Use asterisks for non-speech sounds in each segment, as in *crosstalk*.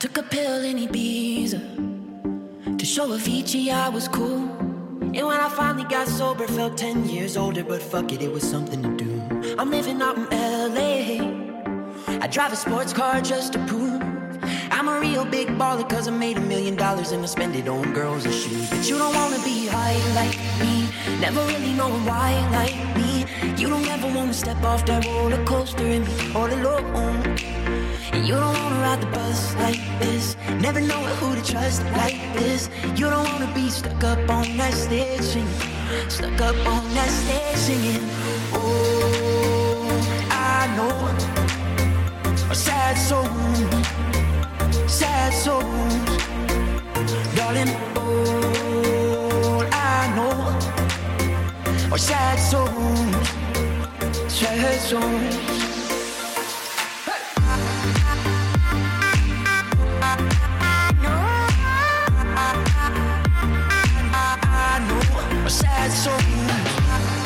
Took a pill in Ibiza to show Avicii I was cool. And when I finally got sober, felt 10 years older, but fuck it, it was something to do. I'm living out in LA. I drive a sports car just to prove I'm a real big baller, cause I made a million dollars and I spend it on girls and shoes. But you don't wanna be high like me, never really knowing why like me. You don't ever wanna step off that roller coaster and be all alone. And you don't wanna ride the bus like this. Never know who to trust like this. You don't wanna be stuck up on that stage singing. Stuck up on that stage singing. Oh, I know a sad soul, sad soul, darling. Oh, I know a sad soul, sad soul. I know a sad soul.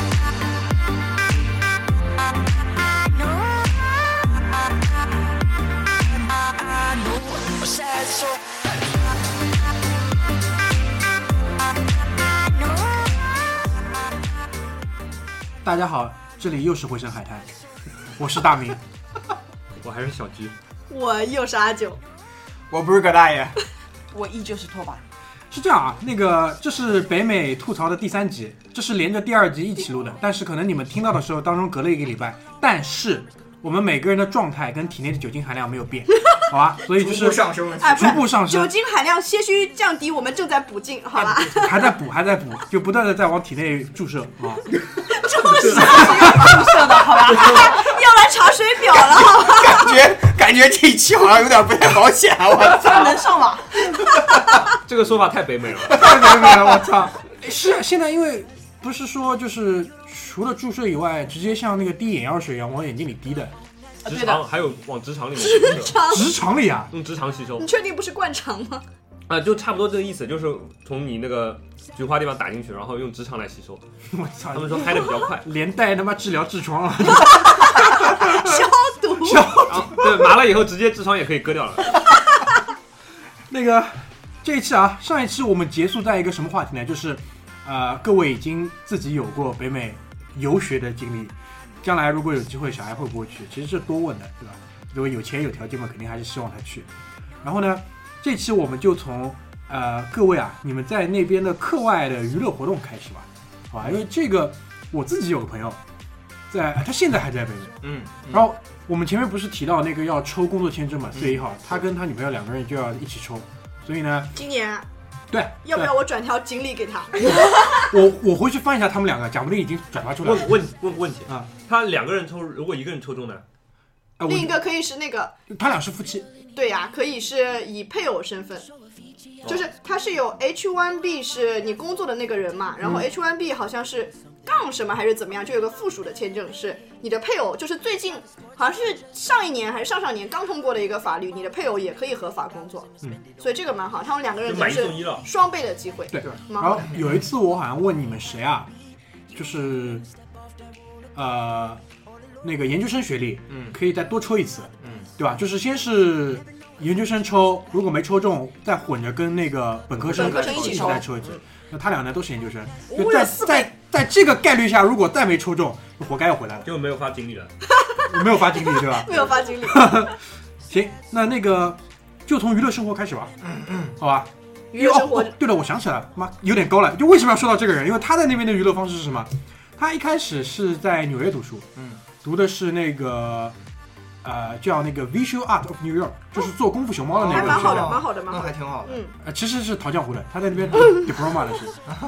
I know a sad soul. 大家好，这里又是回声海滩，我是大明，我还是小鸡，我又是阿九，我不是 *laughs* 葛大爷，我依旧是拓跋。是这样啊，那个这是北美吐槽的第三集，这是连着第二集一起录 *laughs* 的，但是可能你们听到的时候当中隔了一个礼拜，但是我们每个人的状态跟体内的酒精含量没有 *laughs* 变，好吧，所以就逐是步上升了。哎哎，不是逐步上升酒精含量些许降低，我们正在补进，好吧？还在补，还在补，就不断的在往体内注射啊。 *laughs* *laughs* 要来查水表了，好吧？感觉感觉这一期好像有点不太保险啊！我操，能上网？这个说法太北美了。太难了，我操！ *laughs* 是现在因为不是说就是除了注射以外，直接像那个滴眼药水一样往眼睛里滴的，职对场的，还有往职场里面吸收， *laughs* 哦直肠里啊， *laughs* 用职场吸收你确定不是灌肠吗？啊，就差不多这个意思，就是从你那个菊花地方打进去，然后用职场来吸收。我操，他！们说开的比较快 *laughs* 连带他妈治疗痔疮了，啊消毒，然后对麻了以后直接痔疮也可以割掉了。那个这一期啊，上一期我们结束在一个什么话题呢？就是呃，各位已经自己有过北美游学的经历，将来如果有机会，小孩会不会去？其实这多问的，对吧？如果有钱有条件嘛，肯定还是希望他去。然后呢，这期我们就从呃各位啊，你们在那边的课外的娱乐活动开始吧，好吧？因为这个我自己有个朋友在，他现在还在北美。嗯，然后我们前面不是提到那个要抽工作签证嘛，四月一号，他跟他女朋友两个人就要一起抽，所以呢，今年啊对，要不要我转条锦鲤给他？哎对我我回去翻一下他们两个，讲不定已经转发出来了问问问问题啊，他两个人抽，如果一个人抽中呢？啊，另一我个可以是那个，他俩是夫妻，对呀、可以是以配偶身份。就是他是有 H1B 是你工作的那个人嘛，然后 H1B 好像是杠什么还是怎么样，就有个附属的签证是你的配偶，就是最近好像是上一年还是上上年刚通过的一个法律，你的配偶也可以合法工作，嗯，所以这个蛮好，他们两个人就就买一是送一了双倍的机会，对。然蛮好后的，有一次我好像问你们谁啊，就是呃那个研究生学历，嗯可以再多抽一次，嗯，对吧？就是先是。研究生抽，如果没抽中，再混着跟那个本科生本科生一起抽再抽一次。那他俩呢都是研究生，就无在人四在在这个概率下，如果再没抽中，就活该要回来了。就没有发锦鲤了。我没有发经历， *laughs* 对吧？没有发锦鲤，行，那那个就从娱乐生活开始吧，嗯好吧？娱乐生活哦哦对了，我想起来了，妈有点高了。就为什么要说到这个人？因为他在那边的娱乐方式是什么？他一开始是在纽约读书，嗯，读的是那个呃叫那个 Visual Art of New York，就是做功夫熊猫的那哦还个学校，蛮好的，蛮好的，蛮那好还的，挺好的。嗯，呃其实是陶江湖的，他在那 *laughs* 边读 diploma 的是。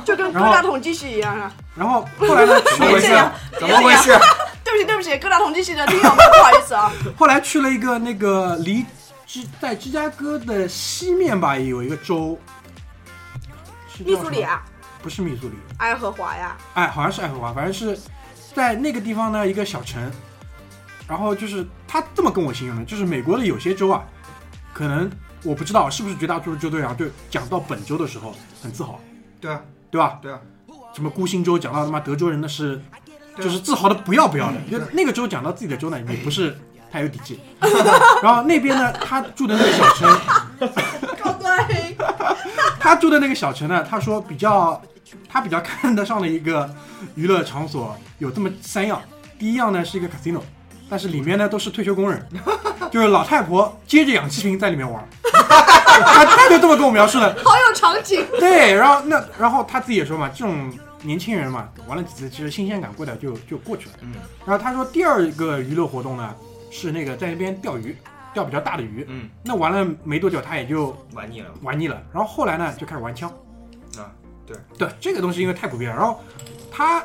就跟然各后大统计系一样啊。然后后来呢，去 *laughs* 怎么了一回事个啊？怎么回事？对不起，对不起，各大统计系的听友们，不好意思啊，后来去了一个那个离芝在芝加哥的西面吧，有一个州，是叫密苏里什么，啊，不是密苏里，爱荷华呀，哎，好像是爱荷华，反正是在那个地方呢一个小城。然后就是他这么跟我形容的，就是美国的有些州啊，可能我不知道是不是绝大多数州都一样，就讲到本州的时候很自豪，对啊，对吧？对啊，什么孤星州讲到他妈德州人的是，对啊就是自豪的不要不要的。就那个州讲 *laughs* 到自己的州呢，也不是太有底气。然后那边呢，他住的那个小城，高端黑，他住的那个小城呢，他说比较，他比较看得上的一个娱乐场所有这么三样。第一样呢是一个 casino，但是里面呢都是退休工人，就是老太婆接着氧气瓶在里面玩。他他就这么跟我描述的。好有场景。对，然后那然后他自己也说嘛，这种年轻人嘛，玩了几次，其实新鲜感过掉就就过去了。嗯。然后他说第二个娱乐活动呢是那个在那边钓鱼，钓比较大的鱼。嗯。那玩了没多久，他也就玩腻了。玩腻了，然后后来呢就开始玩枪。啊，对对，这个东西因为太普遍了，然后他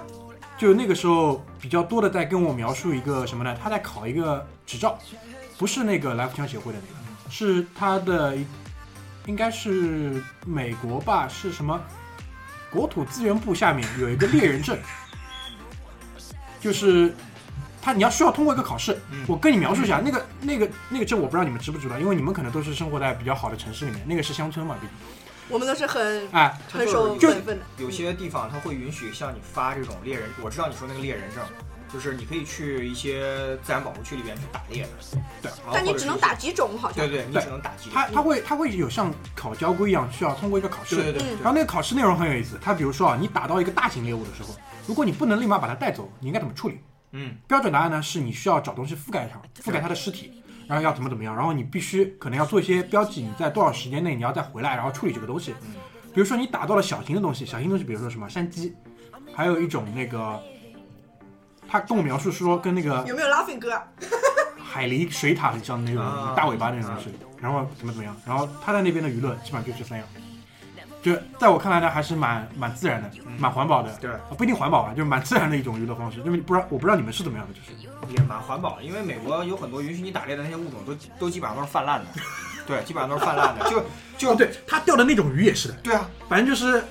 就那个时候比较多的在跟我描述一个什么呢？他在考一个执照，不是那个来福枪协会的那嗯个，是他的一应该是美国吧？是什么？国土资源部下面有一个猎人证，就是他你要需要通过一个考试。嗯我跟你描述一下，那个那个那个证我不知道你们知不知道，因为你们可能都是生活在比较好的城市里面，那个是乡村嘛，毕竟我们都是很哎，很守就本分的，有些地方它会允许向你发这种猎人，我知道你说那个猎人证，就是你可以去一些自然保护区里边去打猎的，对然后但你或者只是能一打些，几种，好像对。对，你只能打几种，他他会他会有像考交规一样，需要通过一个考试。对对对嗯然后那个考试内容很有意思，它比如说啊，你打到一个大型猎物的时候，如果你不能立马把它带走，你应该怎么处理？嗯，标准答案呢是你需要找东西覆盖上，覆盖它的尸体，然后要怎么怎么样，然后你必须可能要做一些标记，你在多少时间内你要再回来，然后处理这个东西。比如说你打到了小型的东西，小型东西比如说什么山鸡，还有一种那个，他跟我描述说跟那个有没有 laughing 哥啊？海狸水獭很像的那种、啊大尾巴那种东西，然后怎么怎么样，然后他在那边的娱乐基本上就这三样，就在我看来呢，还是蛮蛮自然的，蛮环保的，对啊不一定环保吧，就是蛮自然的一种娱乐方式。因为不知道我不知道你们是怎么样的，就是也蛮环保的，因为美国有很多允许你打猎的那些物种都都基本上都是泛滥的，对，基本上都是泛滥的，就就对他钓的那种鱼也是的，对啊，反正就是，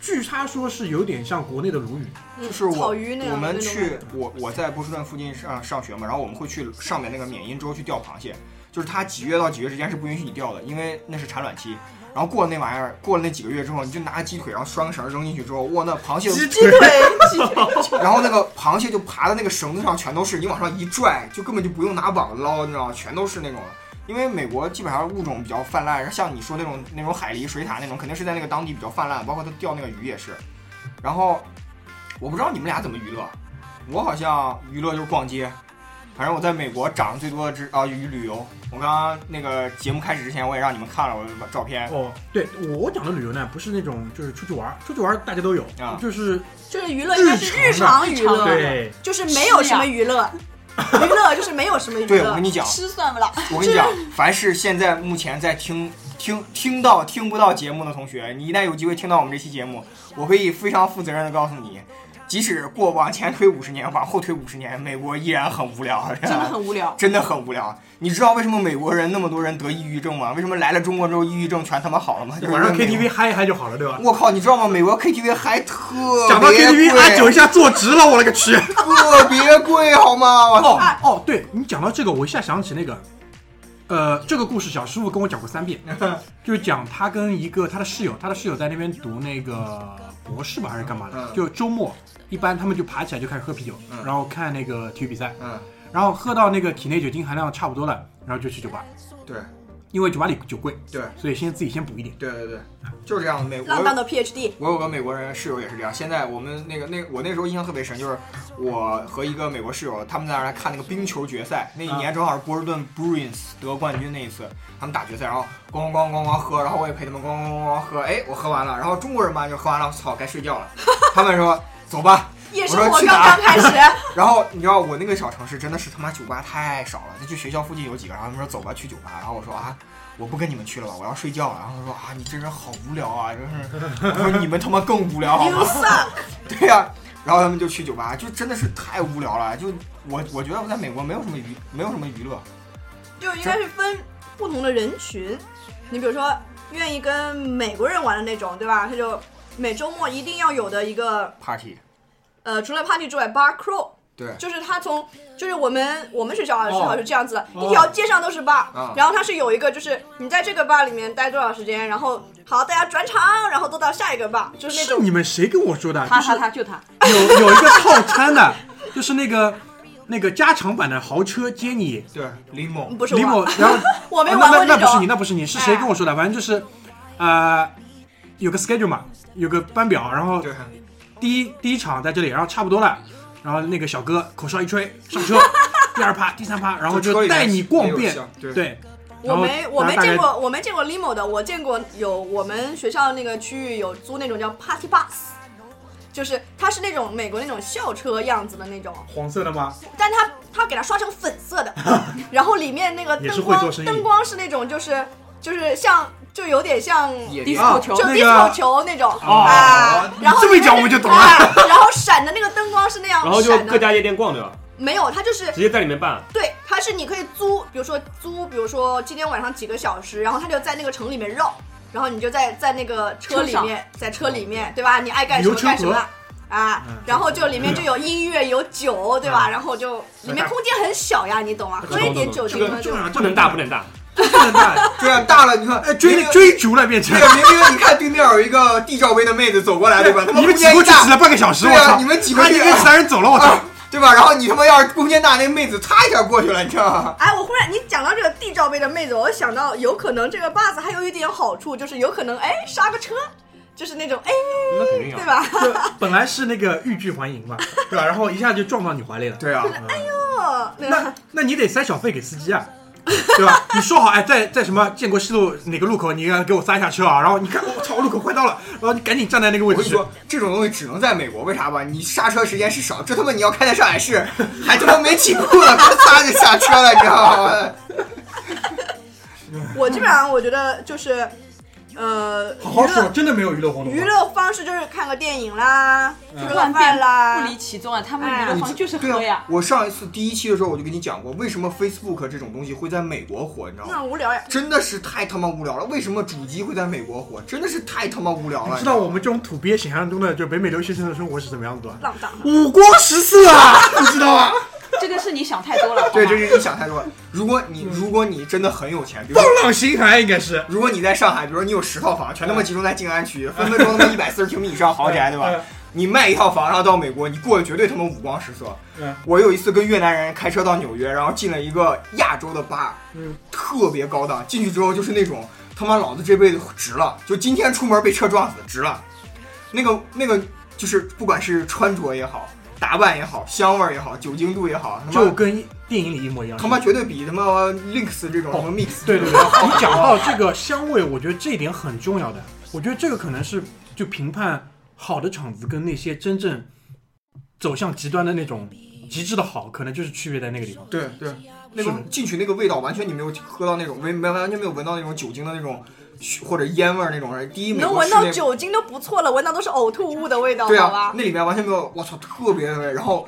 据他说是有点像国内的鲈鱼，就是我嗯草鱼那样的我们那种去我我在波士顿附近上上学嘛，然后我们会去上面那个缅因州去钓螃蟹，就是它几月到几月之间是不允许你钓的，因为那是产卵期。然后过了那玩意儿，过了那几个月之后，你就拿鸡腿，然后拴个绳儿扔进去之后，哇，那螃蟹，鸡 *laughs* 腿，鸡腿，然后那个螃蟹就爬到那个绳子上，全都是，你往上一拽，就根本就不用拿网捞，你知道吗？全都是那种。因为美国基本上物种比较泛滥，像你说那种那种海狸、水獭那种，肯定是在那个当地比较泛滥，包括它钓那个鱼也是。然后我不知道你们俩怎么娱乐，我好像娱乐就是逛街。反正我在美国长得最多的之啊与旅游。我刚刚那个节目开始之前，我也让你们看了我的照片，哦，对我讲的旅游呢，不是那种就是出去玩儿，出去玩儿大家都有，啊就是就是娱乐应该是日常娱乐，对就是没有什么娱乐，娱乐就是没有什么娱对我乐跟。你讲，吃算 *laughs* 不了。我跟你讲，凡是现在目前在听听听到听不到节目的同学，你一旦有机会听到我们这期节目，我可以非常负责任的告诉你，即使过往前推五十年，往后推五十年，美国依然很无聊，真。真的很无聊 *laughs* 真的很无聊。你知道为什么美国人那么多人得抑郁症吗？为什么来了中国之后抑郁症全他妈好了吗？就是晚上因为美国 KTV 嗨一嗨就好了，对吧？我靠，你知道吗？美国 KTV 还特讲到别 KTV，贵哎，酒一下坐直了，我勒个去！特别贵，好吗？我哦操！哦，对你讲到这个，我一下想起那个，呃，这个故事小师傅跟我讲过三遍，就是讲他跟一个他的室友，他的室友在那边读那个博士吧还是干嘛的，嗯就周末一般他们就爬起来就开始喝啤酒，然后看那个体育比赛，嗯，然后喝到那个体内酒精含量差不多了，然后就去酒吧，对因为酒吧里酒贵，对所以先自己先补一点。对对对，就是这样的。美国浪荡的 PhD，我有个美国人室友也是这样。现在我们那个那我那时候印象特别深，就是我和一个美国室友，他们在那儿看那个冰球决赛，那一年正好是波士顿 Bruins 得冠军那一次，他们打决赛，然后咣咣咣咣喝，然后我也陪他们咣咣咣咣喝，哎，我喝完了，然后中国人嘛就喝完了，操，该睡觉了。 *laughs* 他们说走吧，夜我生说活去刚哪儿刚开始， *laughs* 然后你知道我那个小城市真的是他妈酒吧太少了，就去学校附近有几个，然后他们说走吧去酒吧，然后我说啊。我不跟你们去了吧，我要睡觉了。然后他说啊，你这人好无聊啊，真是。我说你们他妈更无聊好 *laughs* 吗？对呀、然后他们就去酒吧，就真的是太无聊了。就我我觉得我在美国没有什么娱没有什么娱乐，就应该是分不同的人群。你比如说，愿意跟美国人玩的那种，对吧？他就每周末一定要有的一个 party。呃，除了 party 之外，bar crawl，对就是他从就是我们我们学校啊，哦正好是这样子的，一条街上都是 bar，、啊然后它是有一个就是你在这个 bar 里面待多少时间，然后好大家转场，然后都到下一个 bar，就是那是种你们谁跟我说的？啊他就是他他就他，有有一个套餐的，就是那个那个加长版的豪车接你对，林某，不是李某 *laughs* 我，，然后我没啊玩过那那那这不是你，种。哎那不是你，是谁跟我说的？反正就是，呃，有个 schedule 嘛，有个班表，然后对，第一第一场在这里，然后差不多了，然后那个小哥口哨一吹上 *laughs* 车，第二趴、第三趴，然后就车就里面带你逛也有遍像，对对，我没然后我没大概见过我没见过 limo 的，我见过有我们学校那个区域有租那种叫 party bus，就是它是那种美国那种校车样子的那种，黄色的吗？但它它给它刷成粉色的，然后里面那个也是灯会光做生意灯光是那种就是就是像就有点像野迪斯啊科球就那个地球球那种啊，然后你这么里一面讲那我们就懂啊然后闪的那个灯光是那样然后就闪各的，家夜店逛对吧？没有，它就是直接在里面办，对，它是你可以租，比如说租，比如说今天晚上几个小时，然后它就在那个城里面绕，然后你就在在那个车里面，在车里面，对吧？你爱干什旅游么车干什么河。嗯啊，然后就里面就有音乐有酒，对吧？然后就里面空间很小呀，你懂啊？喝一点酒精这嘛个就这个不能大不能大，不能大，对啊，大了，你看，哎，追明明追逐了变成对，啊，明明你看对面有一个地罩杯的妹子走过来，对吧？他你空们挤间过一去挤了大，半个小时，对我啊，操你！们挤过啊，你去跟三人走了，我操啊！，对吧？然后你他妈要是空间大，那妹子擦一下过去了，你知道吗？哎，我忽然你讲到这个地罩杯的妹子，我想到有可能这个 bus 还有一点好处，就是有可能哎刹个车，就是那种哎，那肯定对啊。吧？就本来是那个欲拒还迎嘛，对吧？然后一下就撞到你怀里了。 *laughs* 对啊，哦，对吧那那你得塞小费给司机啊， *laughs* 对吧？你说好，哎，在在什么建国西路哪个路口，你给我塞一下车啊？然后你看，我操，路口快到了，然后你赶紧站在那个位我置跟你去。说，这种东西只能在美国，为啥吧？你刹车时间是少，这他妈你要开在上海市，还他妈没起步呢，咔嚓就下车了，你知道吗？我基本上我觉得就是，呃，好好娱说，乐真的没有娱乐活动吗娱。乐方式就是看个电影啦，嗯吃个乱饭变啦，不离其宗啊！他们哎娱乐方就是对喝啊呀，，我上一次第一期的时候我就跟你讲过，为什么 Facebook 这种东西会在美国火，你知道那吗？很无聊呀。真的是太他妈无聊了。为什么主机会在美国火？真的是太他妈无聊了。知道我们这种土鳖想象中的就北美留学生的生活是怎么样子啊的？浪荡，五光十色啊，你知道吗？这个是你想太多 *laughs* 了。好吗对，这是你想太多了。如果你如果你真的很有钱，比如风说 *laughs* 浪形骸应该是，如果你在上海，比如说你有十套房，全他妈集中在静安区，分 *laughs* 分钟他妈一百四十平米以上豪宅，对吧嗯？你卖一套房，然后到美国，你过得绝对他妈五光十色。嗯我有一次跟越南人开车到纽约，然后进了一个亚洲的吧，嗯特别高档。进去之后就是那种他妈老子这辈子值了，就今天出门被车撞死值了。那个那个就是不管是穿着也好，打扮也好，香味儿也好，酒精度也好，他就妈跟电影里一模一样。他妈绝对比他妈 Links 这种什么 Mix 对对对，你讲到这个香味，我觉得这一点很重要的。我觉得这个可能是就评判好的场子跟那些真正走向极端的那种极致的好，可能就是区别在那个地方。嗯对对，那是种的进去那个味道，完全你没有喝到那种没没完全没有闻到那种酒精的那种嘘或者烟味儿那种。第一，美能国闻室到内，酒精都不错了，闻到都是呕吐物的味道，对好啊吧，？那里面完全没有，我操，特别的味。然后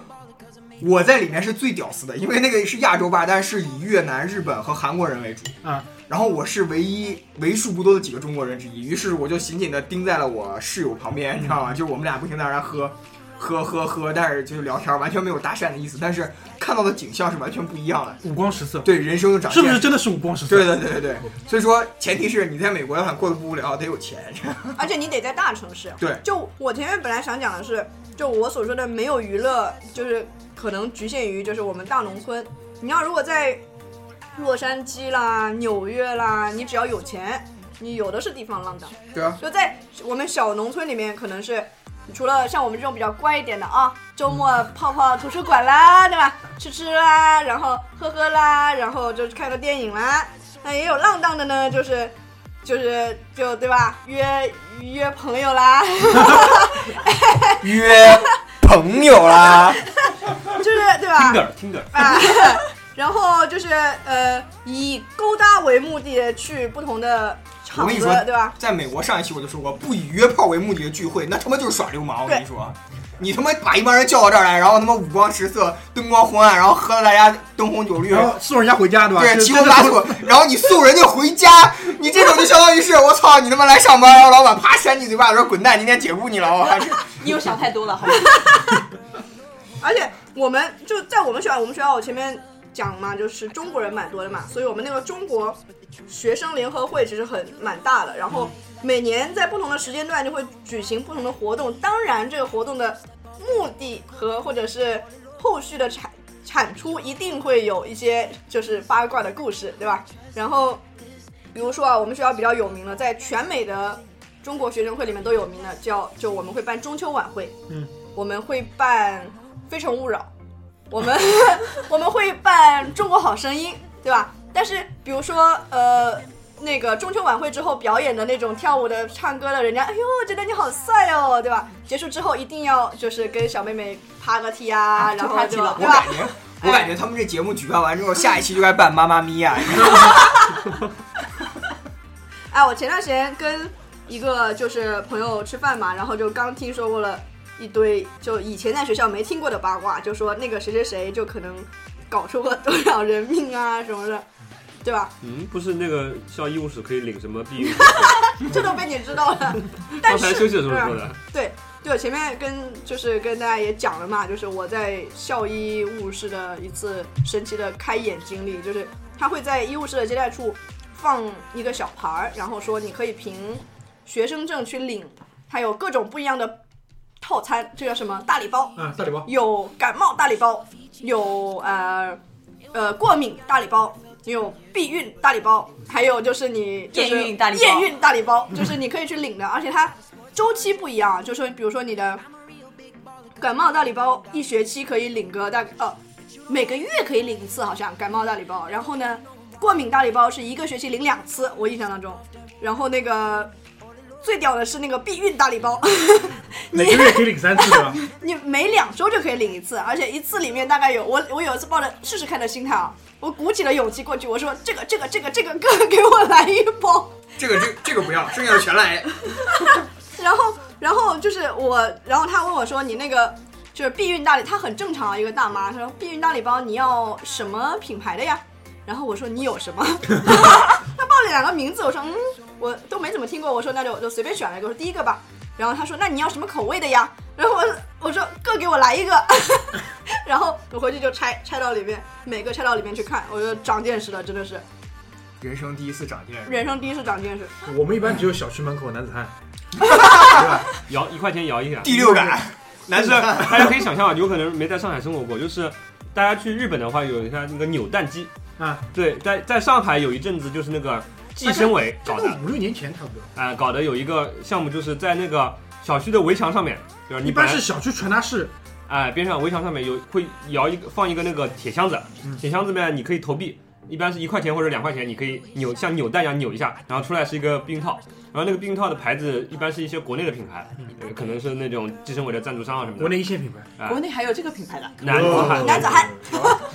我在里面是最屌丝的，因为那个是亚洲吧，但是以越南、日本和韩国人为主。啊，然后我是唯一为数不多的几个中国人之一，于是我就紧紧的盯在了我室友旁边，你知道吗？就是我们俩不停地在那儿喝，喝喝喝，但是就是聊天，完全没有搭讪的意思，但是看到的景象是完全不一样的。五光十色，对人生的展是现不是真的是五光十色？对对对对对，所以说前提是你在美国要想过得不无聊，得有钱。 *laughs* 而且你得在大城市。对就我前面本来想讲的是，就我所说的没有娱乐，就是可能局限于就是我们大农村。你要如果在洛杉矶啦、纽约啦，你只要有钱，你有的是地方浪荡。对 *laughs* 啊，就在我们小农村里面，可能是除了像我们这种比较乖一点的啊，周末泡泡图书馆啦，对吧？吃吃啦，然后喝喝啦，然后就是看个电影啦。那也有浪荡的呢，就是就是就对吧？约约朋友啦， *laughs* 约朋友啦，就是对吧？ Tinder Tinder，啊， *laughs* 然后就是呃，以勾搭为目的去不同的我场跟你子说，，对吧？ *laughs* 在美国上一期我就说过，不以约炮为目的的聚会，那他妈就是耍流氓。我跟你说，你他妈把一帮人叫到这儿来，然后他妈五光十色、灯光昏暗，然后喝了大家灯红酒绿。然后送人家回家，对吧？对，就七真荤的八是素， *laughs* 然后你送人家回家，你这种就相当于是我操，你他妈来上班，然后老板啪扇你嘴巴子说滚蛋，今天解雇你了，我还 *laughs* 是你又想太多了， *laughs* 好吗？而且我们就在我们学校，我们学校我前面讲嘛，就是中国人蛮多的嘛，所以我们那个中国学生联合会其实很蛮大的，然后每年在不同的时间段就会举行不同的活动，当然这个活动的目的和或者是后续的产产出一定会有一些就是八卦的故事，对吧？然后比如说啊，我们学校比较有名的，在全美的中国学生会里面都有名的，叫就我们会办中秋晚会，嗯，我们会办《非诚勿扰》，我们 *laughs* 我们会办《中国好声音》，对吧？但是比如说呃。那个中秋晚会之后表演的那种跳舞的、唱歌的，人家哎呦，觉得你好帅哦，对吧？结束之后一定要就是跟小妹妹趴个 T 啊，然后就趴 T 对了吧？我感觉，我感觉他们这节目举办完之后，下一期就该办妈妈咪呀、哎，我前段时间跟一个就是朋友吃饭嘛，然后就刚听说过了一堆就以前在学校没听过的八卦，就说那个谁谁谁就可能搞出过多少人命啊什么的，对吧？嗯，不是那个校医务室可以领什么毕业证？这都被你知道了。但 *laughs* 刚是才休息的时候对啊说的，对对，前面跟就是跟大家也讲了嘛，就是我在校医务室的一次神奇的开眼经历，就是他会在医务室的接待处放一个小牌儿，然后说你可以凭学生证去领，它有各种不一样的套餐，这叫什么大礼包？啊，大礼包，有感冒大礼包，有呃呃过敏大礼包，有避孕大礼包，还有就是你就是验孕大礼包验孕大礼包就是你可以去领的，而且它周期不一样，就是比如说你的感冒大礼包一学期可以领个大呃每个月可以领一次，好像感冒大礼包，然后呢过敏大礼包是一个学期领两次，我印象当中，然后那个。最屌的是那个避孕大礼包，每个月可以领三次对吧？你每两周就可以领一次，而且一次里面大概有我我有一次抱着试试看的心态啊，我鼓起了勇气过去，我说这个这个这个这个哥给我来一包，这个这这个不要，剩下的全 *laughs* 来。然后然后就是我，然后他问我说你那个就是避孕大礼，他很正常啊一个大妈，她说避孕大礼包你要什么品牌的呀？然后我说你有什么？ *laughs* 他报了两个名字，我说嗯，我都没怎么听过，我说那就就随便选了一个，我说第一个吧。然后他说那你要什么口味的呀？然后我我说各给我来一个， *laughs* 然后我回去就拆拆到里面，每个拆到里面去看，我就长见识了，真的是人生第一次长见识，人生第一次长见识。我们一般只有小区门口男子汉， *laughs* 摇一块钱摇一下。第六 *laughs* 感，但是大家可以想象啊，有可能没在上海生活过，就是大家去日本的话，有一下那个扭蛋机啊，对，在在上海有一阵子就是那个计生委这搞个的，五六年前差不多，啊、搞的有一个项目，就是在那个小区的围墙上面，就是一你本般来是小区传达室，哎、边上围墙上面有会摇一个放一个那个铁箱子，嗯铁箱子面你可以投币，一般是一块钱或者两块钱，你可以扭像扭蛋一样扭一下，然后出来是一个避孕套，然后那个避孕套的牌子一般是一些国内的品牌，呃可能是那种计生委的赞助商啊什么嗯国的。内一哦线品牌，哎国内还有这个品牌的，男子汉，男子汉，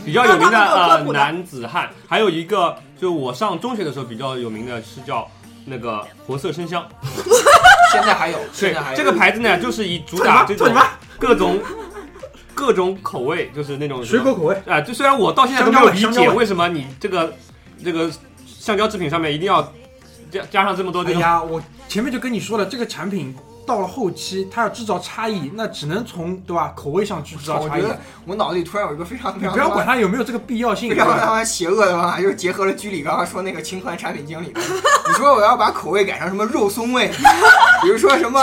比较有名的让他们呃给我科普的男子汉，还有一个就我上中学的时候比较有名的是叫那个活色生香，现在还有，现对在还有这个牌子呢，就是以主打这做种你妈各种各种口味，就是那种什水么果口味，啊，就虽然我到现在都没有理香蕉味解为什么你这个这个橡胶制品上面一定要加加上这么多哎这种，呀，我前面就跟你说了，这个产品到了后期，它要制造差异，那只能从对吧口味上去制造我差觉异。得我脑子里突然有一个非常非你常不要管它有没有这个必要性，非对常他吧妈邪恶的方法，就是结合了居里刚刚说那个青团产品经理的，你说我要把口味改成什么肉松味，比如说什么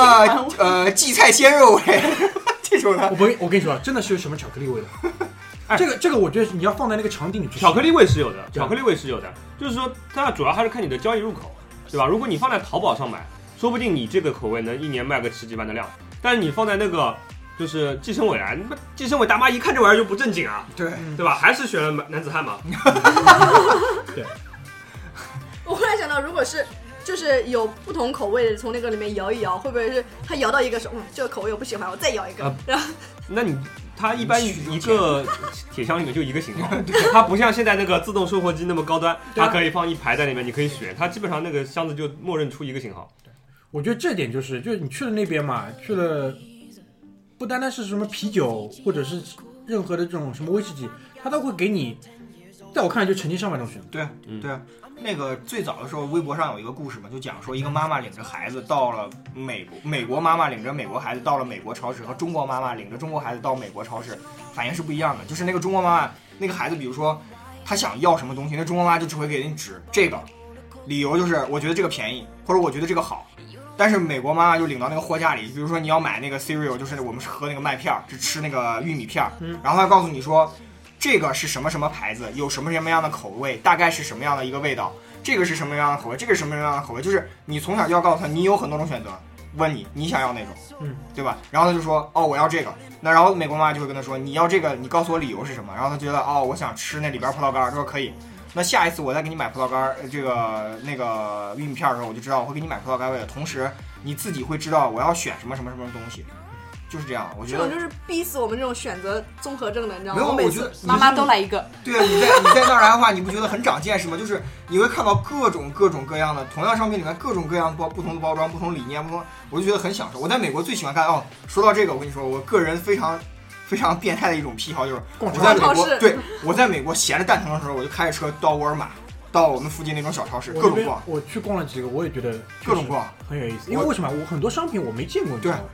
呃荠菜鲜肉味 *laughs* 这种的我，不，我跟你说，真的是有什么巧克力味的。哎这个这个，我觉得你要放在那个场景里去。巧克力味是有的，对巧克力味是有的，就是说它主要还是看你的交易入口，对吧？如果你放在淘宝上买，说不定你这个口味能一年卖个十几万的量，但是你放在那个就是计生委来，那计生委大妈一看这玩意儿就不正经啊，对，对嗯吧？还是选了男子汉 *laughs* 嘛，我忽然想到，如果是就是有不同口味的，从那个里面摇一摇，会不会是他摇到一个说，嗯，这个口味我不喜欢，我再摇一个，啊然后那你它一般一个铁箱里面就 *laughs* 一个型号，它不像现在那个自动售货机那么高端，对啊它可以放一排在里面，你可以选，它基本上那个箱子就默认出一个型号。我觉得这点就是，就是你去了那边嘛，去了不单单是什么啤酒，或者是任何的这种什么威士忌，它都会给你，在我看来就成千上万种选择。对啊嗯对，那个最早的时候，微博上有一个故事嘛，就讲说一个妈妈领着孩子到了美国，美国妈妈领着美国孩子到了美国超市，和中国妈妈领着中国孩子到美国超市，反应是不一样的。就是那个中国妈妈，那个孩子，比如说他想要什么东西，那中国妈妈就只会给你指这个，理由就是我觉得这个便宜，或者我觉得这个好。但是美国妈妈就领到那个货架里，比如说你要买那个 cereal，就是我们是喝那个麦片儿，只吃那个玉米片儿，然后她告诉你说，这个是什么什么牌子，有什么什么样的口味，大概是什么样的一个味道，这个是什么样的口味，这个是什么样的口味，就是你从小就要告诉他，你有很多种选择。问你你想要哪种，嗯，对吧？然后他就说哦我要这个，那然后美国妈妈就会跟他说你要这个，你告诉我理由是什么？然后他觉得哦我想吃那里边葡萄干儿，他说可以。那下一次我再给你买葡萄干儿，呃这个那个玉米片儿的时候，我就知道我会给你买葡萄干味的，同时你自己会知道我要选什么什么什么东西，就是这样。我觉这得种就是逼死我们这种选择综合症的，你知道没吗？有我每我觉次得妈妈都来一个，对啊，你在你在那儿来的话，你不觉得很长见识吗？就是你会看到各种各种各样的同样商品里面各种各样的包不同的包装、不同理念、不同，我就觉得很享受。我在美国最喜欢干哦，说到这个，我跟你说，我个人非常非常变态的一种癖好就是，我逛在美超国市对我在美国闲着蛋疼的时候，我就开着车到沃尔玛，到我们附近那种小超市我各这种边逛，我去逛了几个，我也觉得各种逛。很有意思。因为我为什么？我很多商品我没见过，你知对道吗？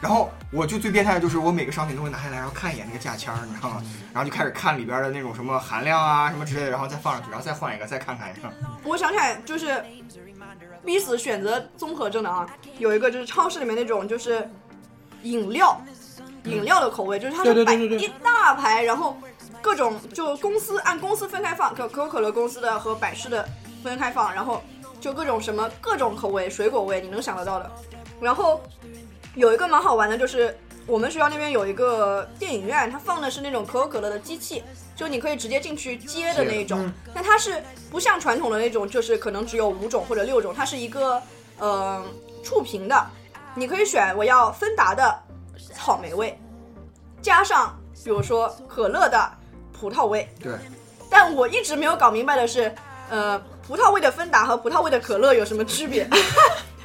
然后我就最变态的就是我每个商品都会拿下来，然后看一眼那个价签儿，你知道吗？然后就开始看里边的那种什么含量啊什么之类的，然后再放上去，然后再换一个，再看看一下。我想起来就是逼死选择综合症的啊，有一个就是超市里面那种就是饮料，饮料的口味，就是它对是对摆对对对一大排，然后各种就公司按公司分开放，可可口可乐公司的和百事的分开放，然后就各种什么各种口味，水果味你能想得到的。然后有一个蛮好玩的，就是我们学校那边有一个电影院，它放的是那种可口可乐的机器，就你可以直接进去接的那种。但它是不像传统的那种，就是可能只有五种或者六种，它是一个呃触屏的，你可以选我要芬达的草莓味，加上比如说可乐的葡萄味。对。但我一直没有搞明白的是，呃，葡萄味的芬达和葡萄味的可乐有什么区别？ *laughs*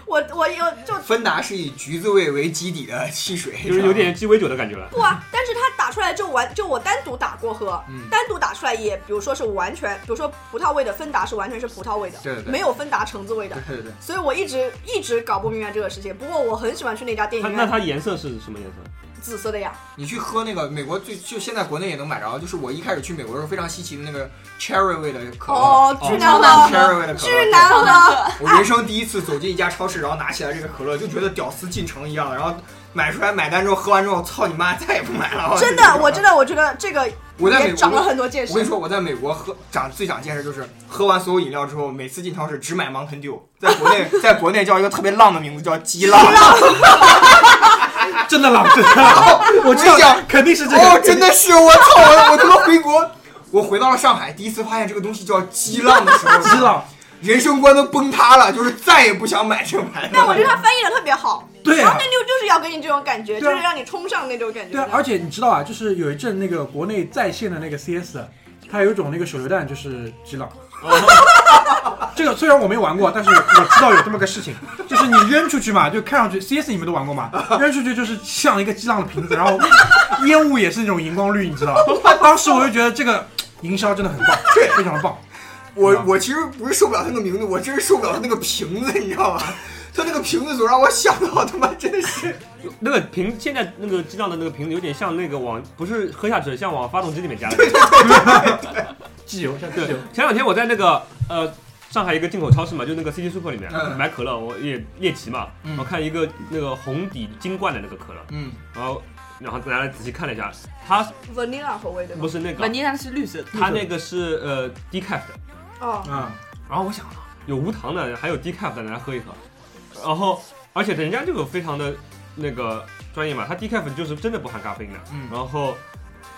我我有就芬达是以橘子味为基底的汽水，啊就是有点鸡尾酒的感觉了。不啊，但是它打出来就完，就我单独打过喝，单独打出来也，比如说是完全，比如说葡萄味的芬达是完全是葡萄味的，对对对没有芬达橙子味的对。 *laughs* 对对，所以我一直一直搞不明白这个事情。不过我很喜欢去那家电它影那院，它颜色是什么 *laughs* 颜色？ *laughs* 紫色的呀，你去喝那个美国最就现在国内也能买着，就是我一开始去美国的时候非常稀奇的那个 cherry 味的可乐。哦，巨难超难喝，喝 cherry 味的可巨乐，难喝。我人生第一次走进一家超市，然后拿起来这个可乐，就觉得屌丝进城一样。然后买出来买单之后，喝完之后，操你妈，再也不买了。真就这的，种我真。的，我觉得这个我在美也国长了很多见我跟你识。说，我在美国喝长最长见识就是喝完所有饮料之后，每次进超市只买 Mountain Dew，在国内在国内叫一个特别浪的名字叫鸡浪。真的 *laughs* 啦，真的啦，我知啊道我 *laughs* 想，肯定是这哦，个。真的是我操！我我他妈回国，我回到了上海，第一次发现这个东西叫鸡浪的 *laughs* 时候，知，道，人生观都崩塌了，就是再也不想买这个牌子但我觉得了。他翻译的特别好，对然后啊那，就就是要给你这种感觉，就对啊是让你冲上那种感觉。 *laughs* 对啊，而且你知道啊，就是有一阵那个国内在线的那个 CS，它有一种那个手榴弹就是激 *laughs* 浪。这个虽然我没玩过，但是我知道有这么个事 *laughs* 情，就是你扔出去嘛，就看上去 CS 你们都玩过嘛，扔出去就是像一个激浪的瓶子，然后烟雾也是那种荧光绿，你知道 *laughs* 吧？当时我就觉得这个营销真的很棒，对，非常棒。嗯我我其实不是受不了他那个名字，我真是受不了他那个瓶子，你知道吗？他那个瓶子总让我想到他妈真的是，那个瓶现在那个激荡的那个瓶子有点像那个往不是喝下去，像往发动机里面加的。 *laughs* 机油像对，前两天我在那个呃上海一个进口超市嘛，就那个 City Super 里面、嗯买可乐，我也猎奇嘛，嗯我看一个那个红底金罐的那个可乐，嗯，然后然后拿来仔细看了一下，它 vanilla 口味对吧不？是那本个，啊尼上是绿色的，它那个是呃 decaf 的，哦，啊，然后我想有无糖的，还有 decaf 的，拿来喝一喝，然后而且人家这个非常的那个专业嘛，它 decaf 就是真的不含咖啡因的，嗯然后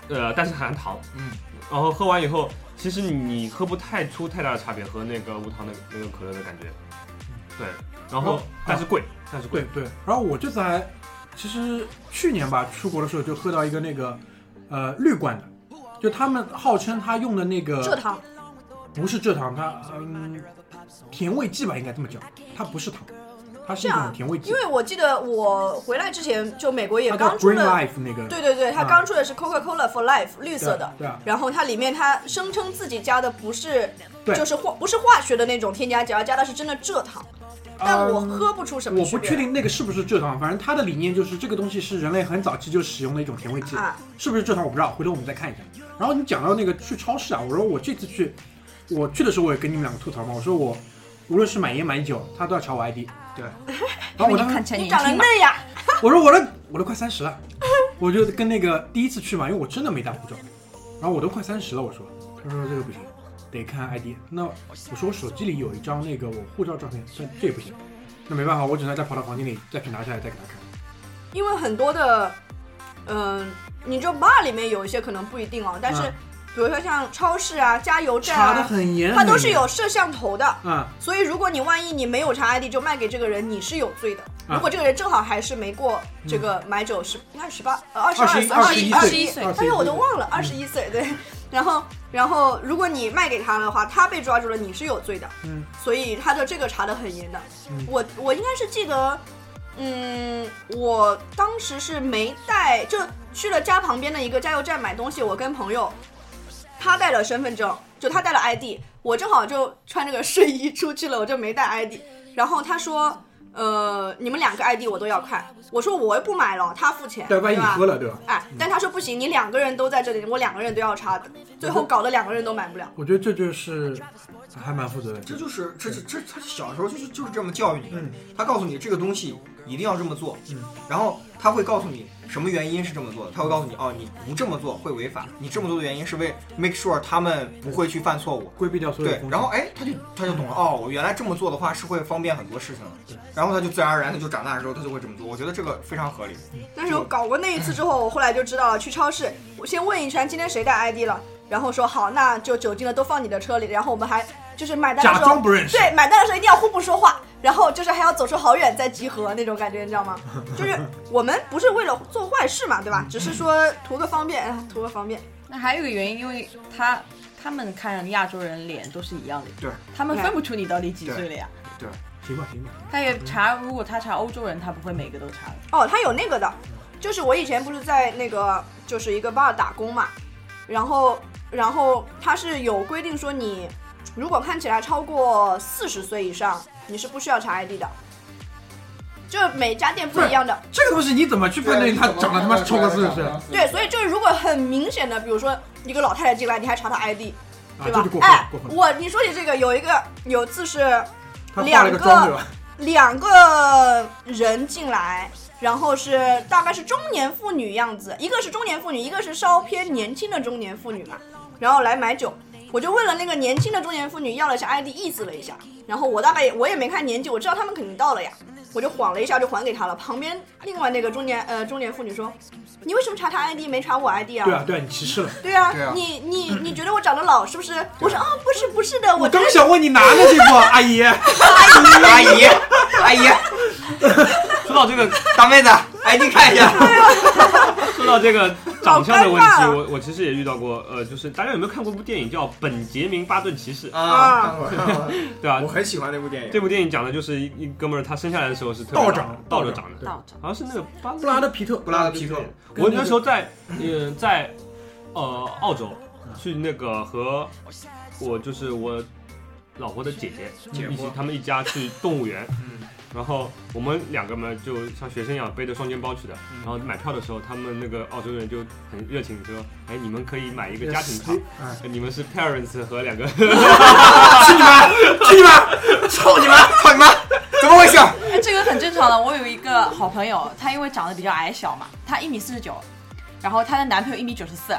呃但是含糖，嗯，然后喝完以后，其实你喝不太出太大的差别和那个无糖的那个可乐的感觉，对，然后、哦但是贵，但是贵对，对，然后我这次还，其实去年吧，出国的时候就喝到一个那个，呃，绿罐的，就他们号称他用的那蔗个糖不是蔗糖，它嗯，甜味剂吧，应该这么讲，它不是糖，它是一这样啊种甜味剂因，为我记得我回来之前，就美国也它叫刚出 Green 了， Life 那个，对对对，它啊刚出的是 Coca Cola for Life 绿色的，对啊，然后它里面它声称自己加的不是，对就是化不是化学的那种添加剂，而加的是真的蔗糖，但我嗯喝不出什么我区不别确定那个是不是蔗糖，反正它的理念就是这个东西是人类很早期就使用的一种甜味剂，啊，是不是蔗糖我不知道，回头我们再看一下。然后你讲到那个去超市啊，我说我这次去，我去的时候我也跟你们两个吐槽嘛，我说我无论是买烟买酒，他都要查我 ID。对，然后我因为当啊你看时起来你年长得轻嘛。嫩呀， *laughs* 我说我的我都快三十了，我就跟那个第一次去嘛，因为我真的没带护照，然后我都快三十了，我说，他说这个不行，得看 ID。那我说我手机里有一张那个我护照照片，但这也不行。那没办法，我只能再跑到房间里再给拿下来，再给他看。因为很多的，嗯、你就 bar 里面有一些可能不一定哦，但是嗯比如说像超市啊、加油站查的啊，很严，它都是有摄像头的。啊、所以，如果你万一你没有查 ID 就卖给这个人，你是有罪的。啊如果这个人正好还是没过这个买酒十，应该是十八、呃二十二、 21二十21二十岁一岁嗯21，哎呀，我都忘了，二十一岁对。然后，然后如果你卖给他的话，他被抓住了，你是有罪的。嗯，所以他的这个查的很严的。嗯我我应该是记得，嗯，我当时是没带，就去了家旁边的一个加油站买东西，我跟朋友，他带了身份证，就他带了 ID，我正好就穿这个睡衣出去了，我就没带 ID。然后他说，呃，你们两个 ID 我都要看，我说我又不买了，他付钱，对，万一你吧喝？了，对吧？哎，但他说不行，你两个人都在这里，我两个人都要查的，最后搞得两个人都买不了。我觉得这就是还蛮负责任这的。就是这这这他小时候就是就是这么教育你的，他告诉你这个东西一定要这么做，嗯然后他会告诉你什么原因是这么做的，他会告诉你哦，你不这么做会违法，你这么做的原因是为 make sure 他们不会去犯错误。规避掉所有的对风，险。然后哎，他就他就懂了嗯哦，我原来这么做的话是会方便很多事情的，然后他就自然而然的就长大之后他就会这么做，我觉得这个非常合理。嗯但是我搞过那一次之后，我后来就知道了，去超市我先问一圈今天谁带 ID 了，然后说好，那就酒精的都放你的车里，然后我们还就是买单的时假候装不认识对，买单的时候一定要互不说话，然后就是还要走出好远再集合那种感觉，你知道吗？就是我们不是为了做坏事嘛，对吧？只是说图个方便，哎呀图个方便。那还有一个原因，因为他他们看亚洲人脸都是一样的，对，他们分不出你到底几岁了呀。对，行吧，行吧。他也查，如果他查欧洲人，他不会每个都查的。哦，他有那个的，就是我以前不是在那个就是一个 bar 打工嘛，然后然后他是有规定说你如果看起来超过四十岁以上，你是不需要查 ID 的，就是每家店不一样的。这个东西你怎么去判断他长得他妈超过四十岁？啊，对，所以就是如果很明显的，比如说一个老太太进来，你还查她 ID，啊这对吧？就过分哎了，过，分了。我你说起这个，有一个有次是他化了个妆，对吧？两个人进来，然后是大概是中年妇女样子，一个是中年妇女，一个是稍偏年轻的中年妇女嘛，然后来买酒。我就问了那个年轻的中年妇女要了一下 ID，意思了一下，然后我大概也我也没看年纪，我知道他们肯定到了呀，我就晃了一下就还给他了。旁边另外那个中年呃中年妇女说：“你为什么查他 ID 没查我 ID 啊？”对啊，对啊，你歧视了。对啊，对啊你你你觉得我长得老是不是？我说啊、不是不是的，我我真刚的想问你拿呢，这个阿姨， *laughs* 阿姨，阿姨， *laughs* 说到这个，大妹子，ID 看一下。说到这个长相的问好尴题，尬我我其实也遇到过，呃，就是大家有没有看过一部电影叫《本杰明巴顿骑士》？啊，看过对吧我？很喜欢那部电这影。部电影讲的就是一一哥们儿，他生下来的时候是特别倒老长倒着长的，到这，好像是那个巴布拉德皮特，布拉德皮特，我那时候在，呃，在呃澳洲去那个和我就是我老婆的姐姐姐夫一起，他们一家去动物园，嗯然后我们两个嘛就像学生一样背着双肩包去的，然后买票的时候，他们那个澳洲人就很热情地说，哎，你们可以买一个家庭 *laughs* 票，哎，你们是 parents 和两个，去你妈！啊去你妈！操你妈！操你妈！怎么 *laughs* 回事？哎， *laughs* 这个很正常的。我有一个好朋友，她因为长得比较矮小嘛，她一米四十九，然后她的男朋友一米九十 *laughs* 四，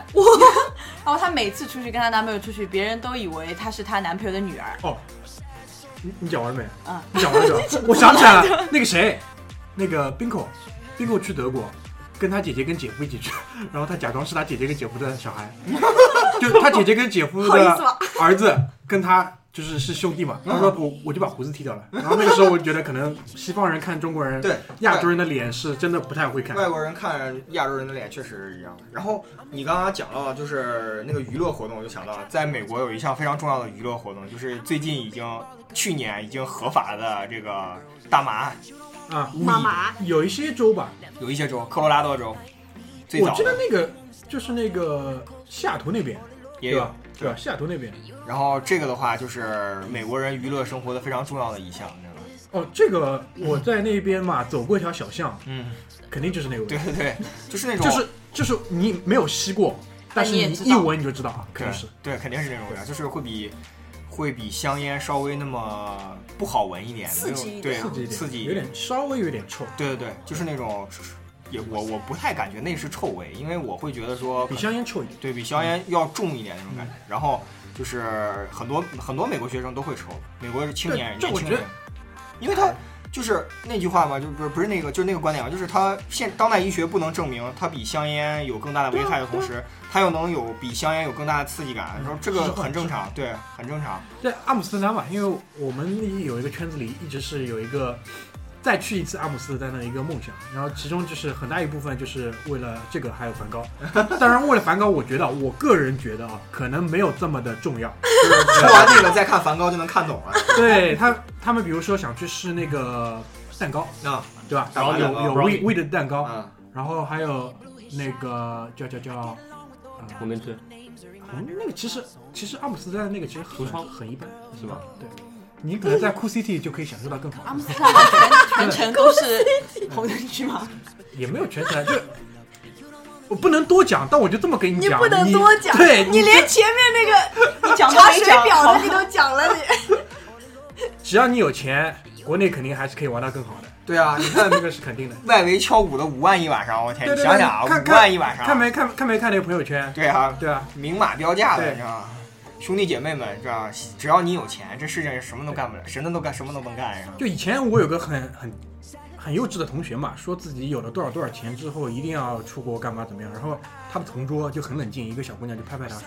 然后她每次出去跟她男朋友出去，别人都以为她是她男朋友的 *laughs* 女儿。哦，你你讲完了没？啊，你讲完了对吧？ *laughs* 我想起来了，那个谁，那个 Bingo，Bingo 去德国，跟他姐姐跟姐夫一起去，然后他假装是他姐姐跟姐夫的小 *laughs* 孩，就他姐姐跟姐夫好意思的吧儿子跟他。就是是兄弟嘛，他说我我就把胡子剃掉了，然后那个时候我觉得可能西方人看中国人，对亚洲人的脸是真的不太会看，外国人看亚洲人的脸确实是一样的。然后你刚刚讲到就是那个娱乐活动，我就想到在美国有一项非常重要的娱乐活动，就是最近已经去年已经合法的这个大麻案，啊，妈妈有一些州吧，有一些州，科罗拉多州最我早记得的那个就是那个西雅图那边也对有吧。？对吧？西雅图那边然后这个的话就是美国人娱乐生活的非常重要的一项，你知道吗？哦，这个我在那边嘛，走过一条小巷，嗯，肯定就是那个味对道，对对，就是那种就是就是你没有吸过，但是啊你也你知一道闻你就知道啊，肯定是对，肯定是那种味道，就是会比会比香烟稍微那么不好闻一点，刺激一没有刺激点一对，点，刺激一有点，点稍微有点臭，对对对，就是那种也我我不太感觉那是臭味，因为我会觉得说比香烟臭一点。对比香烟要重一点那种感觉。嗯然后就是很多很多美国学生都会抽，美国青年这这年我轻觉人得，因为他就是那句话嘛，就不是不是那个，就是那个观点嘛，就是他现当代医学不能证明它比香烟有更大的危害的啊同时，它又能有比香烟有更大的刺嗯激感，然后这个很正常，对，很 *laughs* 正常。在阿姆斯特丹嘛，因为我们有一个圈子里一直是有一个再去一次阿姆斯特丹的一个梦想，然后其中就是很大一部分就是为了这个，还有梵高。当然，为了梵高，我觉得我个人觉得啊，可能没有这么的重 *laughs* 要。就是抽完这个再看梵高就能看懂了。对他，他们比如说想去试那个蛋糕，啊，对吧？然后有蛋糕有 brownie weed weed 的蛋糕，嗯，然后还有那个叫叫叫， *laughs* 红灯区嗯，那个其实其实阿姆斯特丹那个其实很橱窗很一般，是吧？对，你可能在 Cool City 就可以享受到更好的阿姆斯特丹全全程都是 *laughs* 红灯区吗？也没有全程，就我不能多讲，但我就这么跟你讲，不能多讲，对你连前面那个你讲都查没水讲表好 *laughs* 的你都讲了，你只要你有钱，国内肯定还是可以玩到更好的，对啊，你看这个是肯定的。外围敲鼓的五万一晚上，我天，对哎你对想对，想啊，看五万看一晚上，看没看看没看那个朋友圈？对啊，对啊，明码标价的，对你知道吗？兄弟姐妹们，知道吧只要你有钱，这世界上什么都干不了，什么都干，什么都能干，是吧？就以前我有个很很很幼稚的同学嘛，说自己有了多少多少钱之后一定要出国干嘛怎么样，然后他的同桌就很冷静，一个小姑娘就拍拍他说：“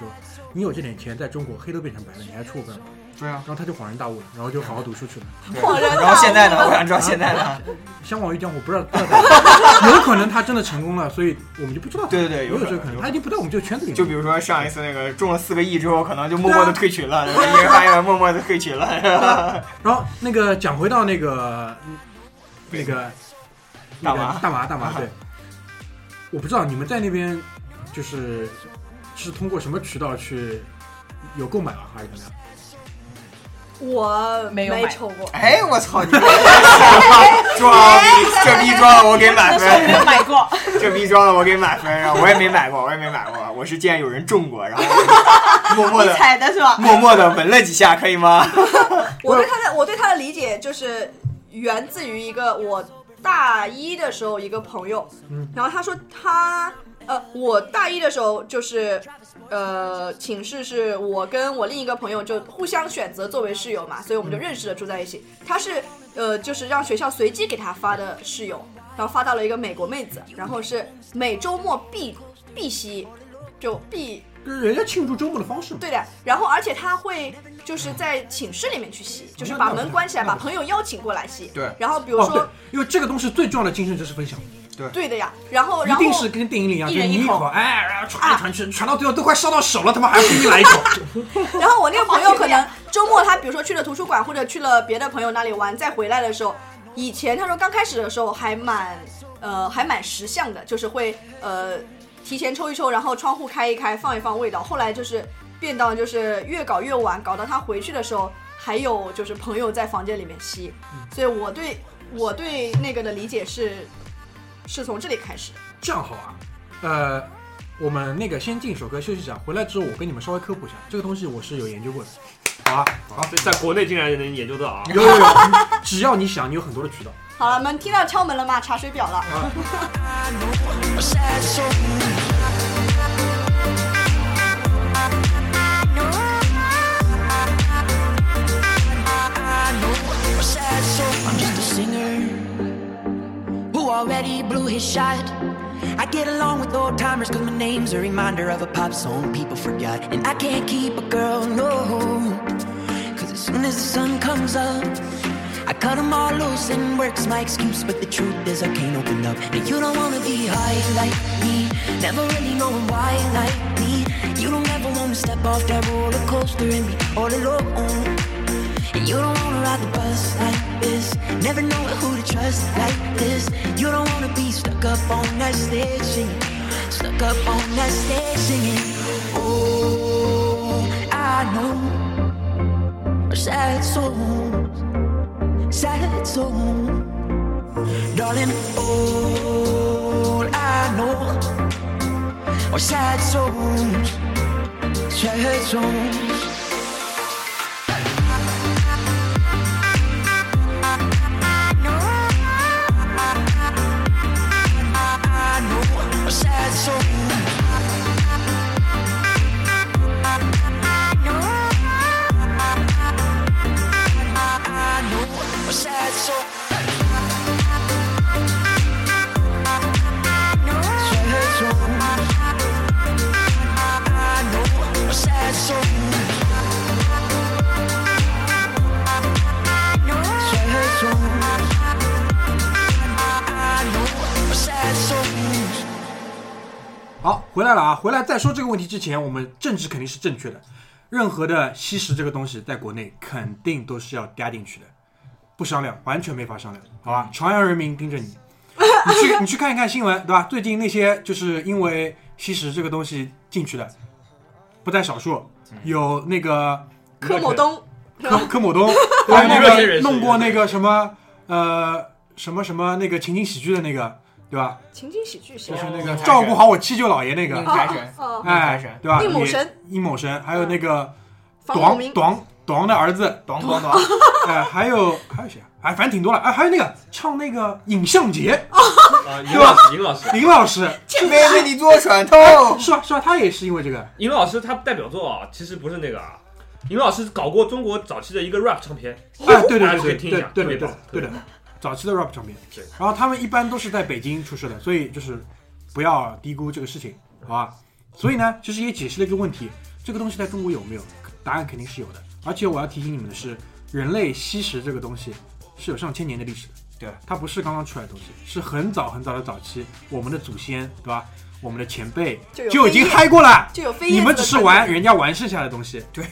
你有这点钱，在中国黑都变成白了，你还出国干嘛对？”啊，然后他就恍然大悟了，然后就好好读书去了。对恍然大悟然后现在呢？ *laughs* 我想知道现在呢？相忘于江湖，不知道，不知道 *laughs* 有可能他真的成功了，所以我们就不知道。对对对也有有这可个能可有可能能，他已经不在我们这个圈子里了。就比如说上一次那个中了四个亿之后，可能就默默的退群了，一人发言默默的退群了，是吧然后那个讲回到那个嗯那个那大个麻大麻大 *laughs* 麻对，我不知道你们在那边就是是通过什么渠道去有购买啊，还是怎么样？我没有买没抽过，哎，我操你！装逼，这逼装了我给满哎那时分候没有，*laughs* 买过，这逼装了我给满分，然后我也没买过，我也没买过，我是见有人中过，然后我默默你的踩的是吧？默默的闻了几下，可以吗？我对他的我对他的理解就是源自于一个我大一的时候一个朋友，然后他说他呃，我大一的时候就是呃，寝室是我跟我另一个朋友就互相选择作为室友嘛，所以我们就认识了，住在一起。他是呃，就是让学校随机给他发的室友，然后发到了一个美国妹子，然后是每周末必必吸，就必就是人家庆祝周末的方式嘛。对的，然后而且他会就是在寝室里面去吸，就是把门关起来，把朋友邀请过来吸。对然后比如哦对说，，因为这个东西最重要的精神就是分享，对的呀，然后一然后定是跟电影里一样，一就是人你一一口口，哎，然后传来传去，传到最后都快烧到手了，他妈还要给你来一口。 *laughs* 然后我那个朋友可能周末他比如说去了图书馆或者去了别的朋友那里玩，再回来的时候，以前他说刚开始的时候还蛮呃还蛮识相的，就是会呃提前抽一抽，然后窗户开一开，放一放味道。后来就是变到就是越搞越晚，搞到他回去的时候还有就是朋友在房间里面吸，所以我对我对那个的理解是是从这里开始的。这样好啊，呃，我们那个先进一首歌休息一下，回来之后我跟你们稍微科普一下，这个东西我是有研究过的，好吧？这啊在国内竟然也能研究到啊！有有有，只要你想，你有很多的渠道。 *laughs* 好了，我们听到敲门了吗？查水表了。 I'm just a singer who already blew his shot. I get along with old timers cause my name's a reminder of a pop song people forgot. And I can't keep a girl, no. Cause as soon as the sun comes up, I cut them all loose and work's my excuse. But the truth is, I can't open up. And you don't wanna be high like me, never really knowing why like me. You don't ever wanna step off that roller coaster and be all alone. And you don't wanna ride the bus like this. Never know who to trust like this. You don't wanna be stuck up on that stage singing. Stuck up on that stage singing. Oh, I know. Our sad songs, sad songs. Darling, all I know are sad songs, sad songs. I 回来了啊，回来再说这个问题之前，我们政治肯定是正确的，任何的吸食这个东西，在国内肯定都是要加进去的，不商量，完全没法商量，好吧？朝阳人民盯着你，你去你去看一看新闻，对吧？最近那些就是因为吸食这个东西进去的，不在少数，有那个柯某东，柯柯某东，还有 *laughs* 那娱乐圈个人士弄过那个什么呃什么什么那个情景喜剧的那个，对吧？情景喜剧谁就啊是那个宁财神照顾好我七舅姥爷那个宁，财神，哦，哎宁财神，对吧？宁某你神，嗯宁某神，还有那个房孔短明，短短的儿子，咚咚 *laughs* 咚，哎，还有还有谁啊？哎，反正挺多了，哎，还有那个唱那个尹相杰，哦啊，尹老师，尹老师，尹老师，妹妹你坐船头，是吧？是吧？他也是因为这个，尹老师他代表作啊，其实不是那个啊，尹老师搞过中国早期的一个 rap 唱片， *laughs* 哎，对大家对可以对对听一对下对特别对棒的对的特别，早期的 rap 唱片对，然后他们一般都是在北京出事的，所以就是不要低估这个事情，好吧？所以呢，其实也解释了一个问题，这个东西在中国有没有？答案肯定是有的，而且我要提醒你们的是，人类吸食这个东西是有上千年的历史的。对，它不是刚刚出来的东西，是很早很早的早期，我们的祖先，对吧？我们的前辈就有就已飞经燕嗨过了，就有飞你燕们子只的是传玩统人家玩剩下的东 *laughs* 西，对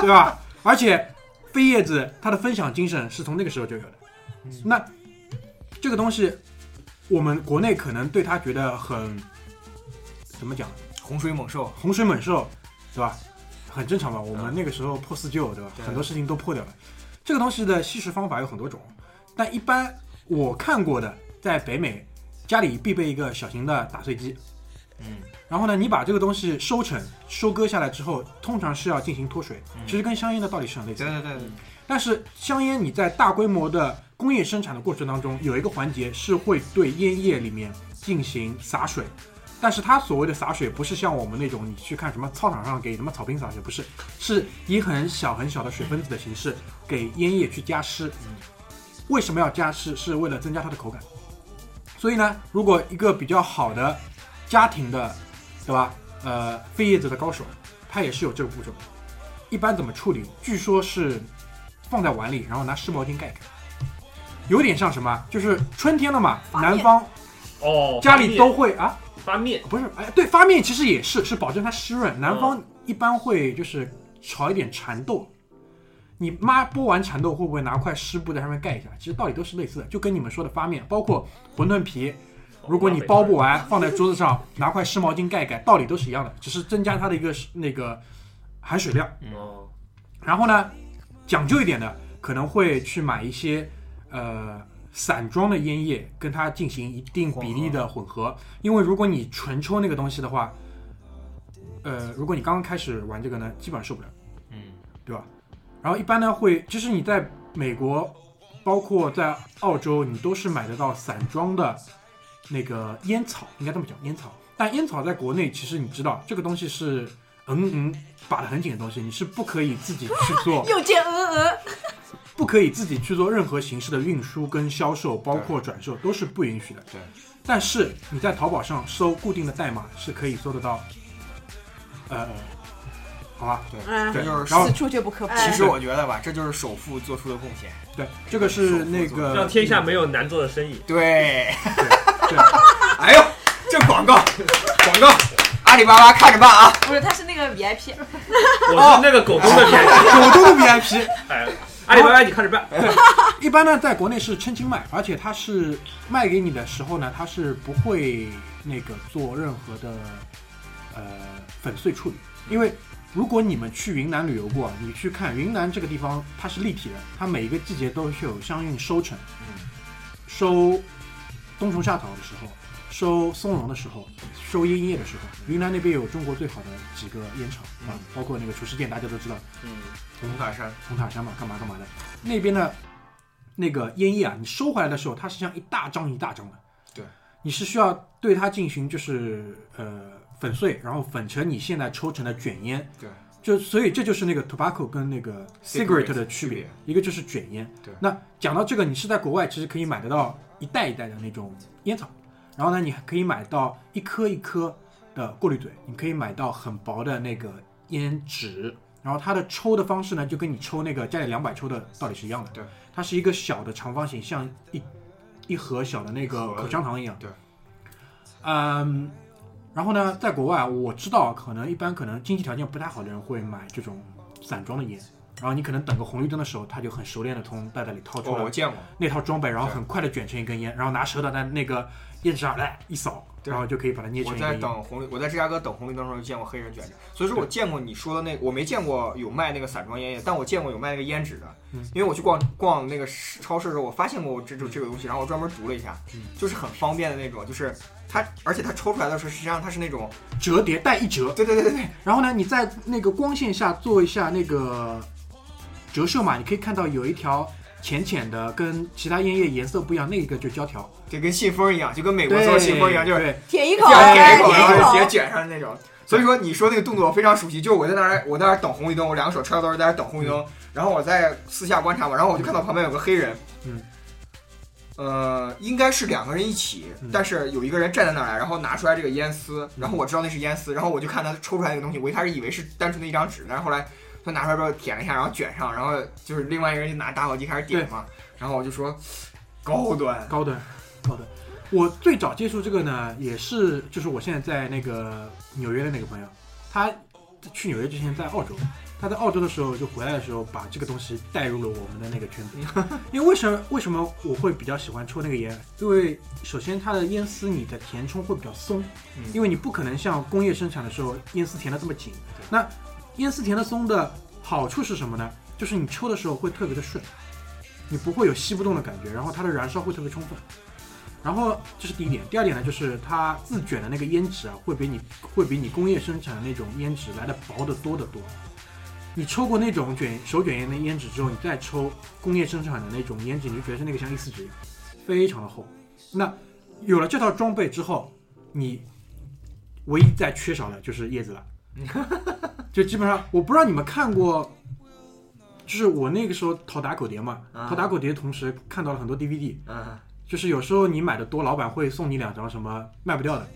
对吧？而且飞叶子它的分享精神是从那个时候就有的。嗯那这个东西，我们国内可能对它觉得很怎么讲， *laughs* 洪水猛兽，洪水猛兽，对吧？很正常吧？我们那个时候破四旧，对吧？嗯对很多事情都破掉了。这个东西的吸食方法有很多种，但一般我看过的，在北美家里必备一个小型的打碎机。嗯，然后呢，你把这个东西收成、收割下来之后，通常是要进行脱水，嗯其实跟香烟的道理是很类似对的。对对，对但是香烟你在大规模的工业生产的过程当中，有一个环节是会对烟叶里面进行洒水，但是它所谓的洒水不是像我们那种你去看什么操场上给什么草坪洒水，不是，是以很小很小的水分子的形式给烟叶去加湿。为什么要加湿？是为了增加它的口感。所以呢，如果一个比较好的家庭的，对吧？呃，飞叶子的高手，他也是有这个步骤。一般怎么处理？据说是放在碗里，然后拿湿毛巾盖盖，有点像什么？啊就是春天了嘛，发面南方哦，家里都会啊，发面，不是，哎，对，发面其实也是是保证它湿润。南嗯方一般会就是炒一点蚕豆，你妈剥完蚕豆会不会拿块湿布在上面盖一下？其实道理都是类似的，就跟你们说的发面，包括馄饨皮，如果你包不完，放在桌子上拿块湿毛巾盖一盖，道理都是一样的，只是增加它的一个是那个含水量。哦，然后呢，讲究一点的，可能会去买一些呃散装的烟叶，跟它进行一定比例的混合。因为如果你纯抽那个东西的话，呃，如果你刚刚开始玩这个呢，基本上受不了，嗯，对吧？然后一般呢会，就是你在美国，包括在澳洲，你都是买得到散装的那个烟草，应该这么讲，烟草。但烟草在国内，其实你知道，这个东西是嗯嗯把得很紧的东西，你是不可以自己去做 *laughs* 又见嗯鹅鹅，不可以自己去做任何形式的运输跟销售，包括转售都是不允许的。对。但是你在淘宝上搜固定的代码是可以搜得到，呃，好吧，嗯，这就是然后此处就不科普。哎其实我觉得吧，这就是首富做出的贡献。对，这个是那个让天下没有难做的生意。对， *laughs* 对哎呦，这广告，广告，阿里巴巴看着办啊！不是，他是那 *laughs* 个 VIP，哦我是那个狗东的便 *laughs* 宜，狗东的 VIP，哎，阿里巴巴你看着办。哎 *laughs* 一般呢在国内是称斤卖，而且它是卖给你的时候呢，它是不会那个做任何的呃粉碎处理，因为如果你们去云南旅游过，你去看云南这个地方，它是立体的，它每一个季节都是有相应收成，收冬虫夏草的时候，收松茸的时候，收烟叶的时候，云南那边有中国最好的几个烟厂啊，包括那个厨师店，大家都知道，嗯红塔山，红塔山嘛，干嘛干嘛的。那边的那个烟叶啊，你收回来的时候，它是像一大张一大张的。对，你是需要对它进行就是呃粉碎，然后粉成你现在抽成的卷烟。对，就所以这就是那个 tobacco 跟那个 Cigarette cigarette 的区区别别，一个就是卷烟。对那讲到这个，你是在国外其实可以买得到一袋一袋的那种烟草，然后呢，你还可以买到一颗一颗的过滤嘴，你可以买到很薄的那个烟纸，然后它的抽的方式呢，就跟你抽那个家里两百抽的道理是一样的。对，它是一个小的长方形，像一一盒小的那个盒子口香糖一样。对，嗯，然后呢，在国外我知道，可能一般可能经济条件不太好的人会买这种散装的烟，然后你可能等个红绿灯的时候，他就很熟练的从袋袋里掏出哦，来我见过，那套装备，然后很快的卷成一根烟，然后拿舌头在那个烟纸上来一扫，对然后就可以把它捏成我一在根烟。等红绿，我在芝加哥等红绿灯的时候见过黑人卷着，所以说我见过你说的那个，我没见过有卖那个散装烟叶，但我见过有卖那个烟纸的嗯，因为我去逛逛那个市超市的时候，我发现过我这这这个东西，然后我专门读了一下嗯，就是很方便的那种，就是它，而且它抽出来的时候，实际上它是那种，折叠带一折，对对对对对，然后呢，你在那个光线下做一下那个折射嘛，你可以看到有一条浅浅的，跟其他烟叶颜色不一样，那个就胶条。就跟信封一样，就跟美国做的信封一样，就是对 *laughs* 舔一这口，样舔舔一口，然后一就口直接卷上那种。所以说，你说那个动作我非常熟悉，就是我在那儿，我在那儿等红绿灯，我两个手揣着兜儿在那儿等红绿灯，然后我在私下观察嘛，然后我就看到旁边有个黑人，嗯，呃，应该是两个人一起，嗯但是有一个人站在那儿来，然后拿出来这个烟丝，然后我知道那是烟丝，然后我就看他抽出来那个东西，我一开始以为是单纯的一张纸，但是后来他拿出来之后舔了一下，然后卷上，然后就是另外一个人就拿打火机开始点嘛，然后我就说高端，高端，高端。我最早接触这个呢，也是就是我现在在那个纽约的那个朋友，他去纽约之前在澳洲，他在澳洲的时候就回来的时候把这个东西带入了我们的那个圈子。因为为什么为什么我会比较喜欢抽那个烟？因为首先它的烟丝你的填充会比较松，嗯因为你不可能像工业生产的时候烟丝填的这么紧。那烟丝填的松的好处是什么呢？就是你抽的时候会特别的顺，你不会有吸不动的感觉，然后它的燃烧会特别充分。然后这是第一点，第二点呢，就是它自卷的那个烟纸啊，会比你会比你工业生产的那种烟纸来的薄得多得多。你抽过那种卷手卷烟的烟纸之后，你再抽工业生产的那种烟纸，你就觉得那个像 A 四纸，非常的厚。那有了这套装备之后，你唯一再缺少的就是叶子了。就基本上，我不知道你们看过，就是我那个时候讨打口碟嘛，啊讨打口碟的同时看到了很多 DVD，嗯，就是有时候你买的多，老板会送你两张什么卖不掉的。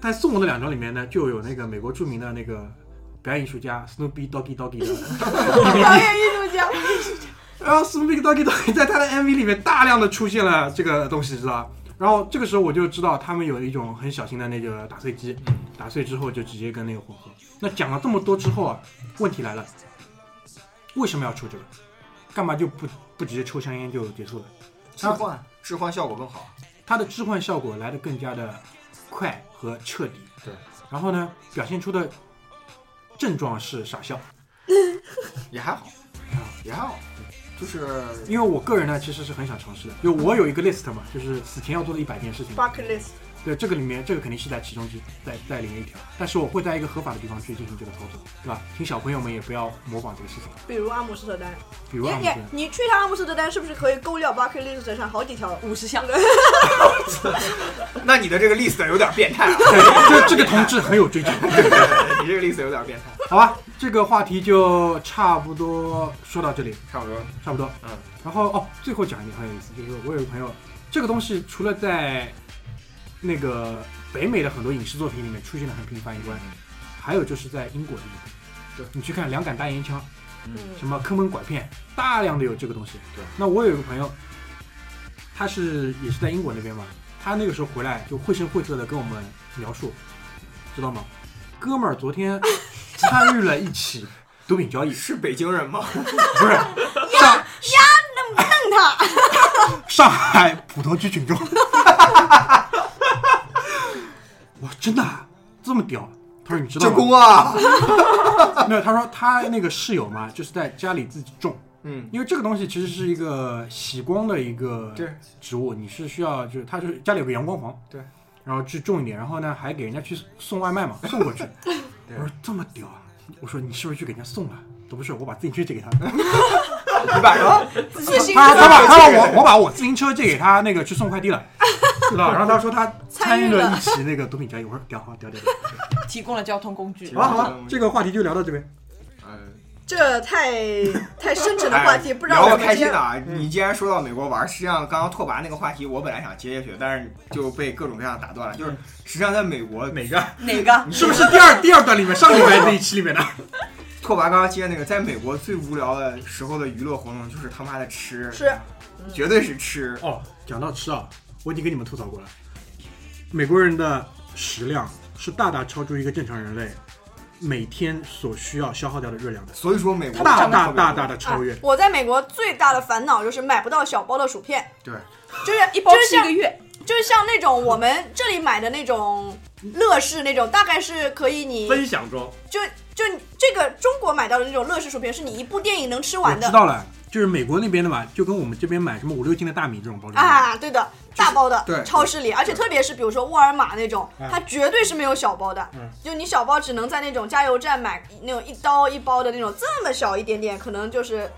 但送我的两张里面呢，就有那个美国著名的那个表演艺术家 Snoopy Doggy Doggy 的表演艺术 *laughs* 家，然后 Snoopy Doggy Doggy 在他的 MV 里面大量的出现了这个东西，知道吧？然后这个时候我就知道他们有一种很小型的那个打碎机，打碎之后就直接跟那个混合。那讲了这么多之后啊，问题来了，为什么要抽这个？干嘛就不不直接抽香烟就结束了？置换置换效果更好，它的置换效果来得更加的快和彻底。对，然后呢，表现出的症状是傻笑，也还好，也还好，就是因为我个人呢其实是很想尝试的，就我有一个 list 嘛，就是死前要做的一百件事情 b，u c k list，对，这个里面这个肯定是在其中之在在里面一条，但是我会在一个合法的地方去进行这个操作，对吧？请小朋友们也不要模仿这个事情，比如阿姆斯特丹，比如你按摩你针，你去趟阿姆斯特丹，是不是可以勾掉 b u c k list 上好几条？五十项，那你的这个 list 有点变 *laughs* 态 *laughs* 啊，对，这这个同志很有追求，你这个 list 有点变态，好吧？这个话题就差不多说到这里。差不多。差不多，嗯。然后哦，最后讲一点很有意思，就是我有个朋友，这个东西除了在那个北美的很多影视作品里面出现的很频繁以外，还有就是在英国的地方。嗯对，你去看《两杆大烟枪》，嗯，什么坑蒙拐骗，大量的有这个东西。对，那我有一个朋友，他是也是在英国那边嘛，他那个时候回来就绘声绘色的跟我们描述，知道吗？哥们儿昨天参与了一起毒品交易，是北京人吗？不是上瞪 *laughs* 他，上海普通区群众。 *laughs* 我真的啊这么屌？他说你知道这吗？公啊，没有，他说他那个室友嘛，就是在家里自己种，嗯，因为这个东西其实是一个喜光的一个对植物，你是需要就是它就是家里有个阳光房，对，然后去种一点，然后呢还给人家去送外卖嘛，送过 *laughs* 去。我说这么屌啊！我说你是不是去给人家送了？都不是，我把自行车借给他。你把什么？自信 *laughs* 他他把他把我我把我自行车借给他那个去送快递了，知道吧？然后他说他参与了一起那个毒品交易，我说屌好屌屌屌， *laughs* 提供了交通工具行好。吧好吧，这个话题就聊到这边。 *laughs* 呃这太太深沉的话题，不知道哎聊怎得么开接心的。啊！你既然说到美国玩，实际上刚刚拓跋那个话题，我本来想接下去，但是就被各种各样打断了。就是实际上在美国，嗯哪个哪个？是不是第二第二段里面上礼拜那一期里面的？拓跋刚刚接那个，在美国最无聊的时候的娱乐活动就是他妈的吃，是啊绝对是吃。哦，讲到吃啊，我已经跟你们吐槽过了，美国人的食量是大大超出一个正常人类每天所需要消耗掉的热量的，所以说美国大长得大特别大好大的超越哎。我在美国最大的烦恼就是买不到小包的薯片，对，就是 *laughs* 一包就是吃一像个月，就是像那种我们这里买的那种乐事那种，大概是可以你分享装，就就你这个中国买到的那种乐事薯片，是你一部电影能吃我完知的道了，就是美国那边的嘛，就跟我们这边买什么五六斤的大米这种包装一样，啊，对的，大包的，嗯对超市里，而且特别是比如说沃尔玛那种，嗯它绝对是没有小包的，嗯就你小包只能在那种加油站买那种一刀一包的那种，这么小一点点，可能就是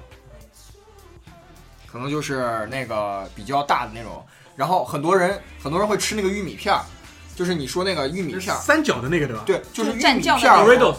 可能就是那个比较大的那种。然后很多人很多人会吃那个玉米片儿，就是你说那个玉米就是片儿，三角的那个对吧？对，就是就玉是蘸米酱的片儿。 Doritos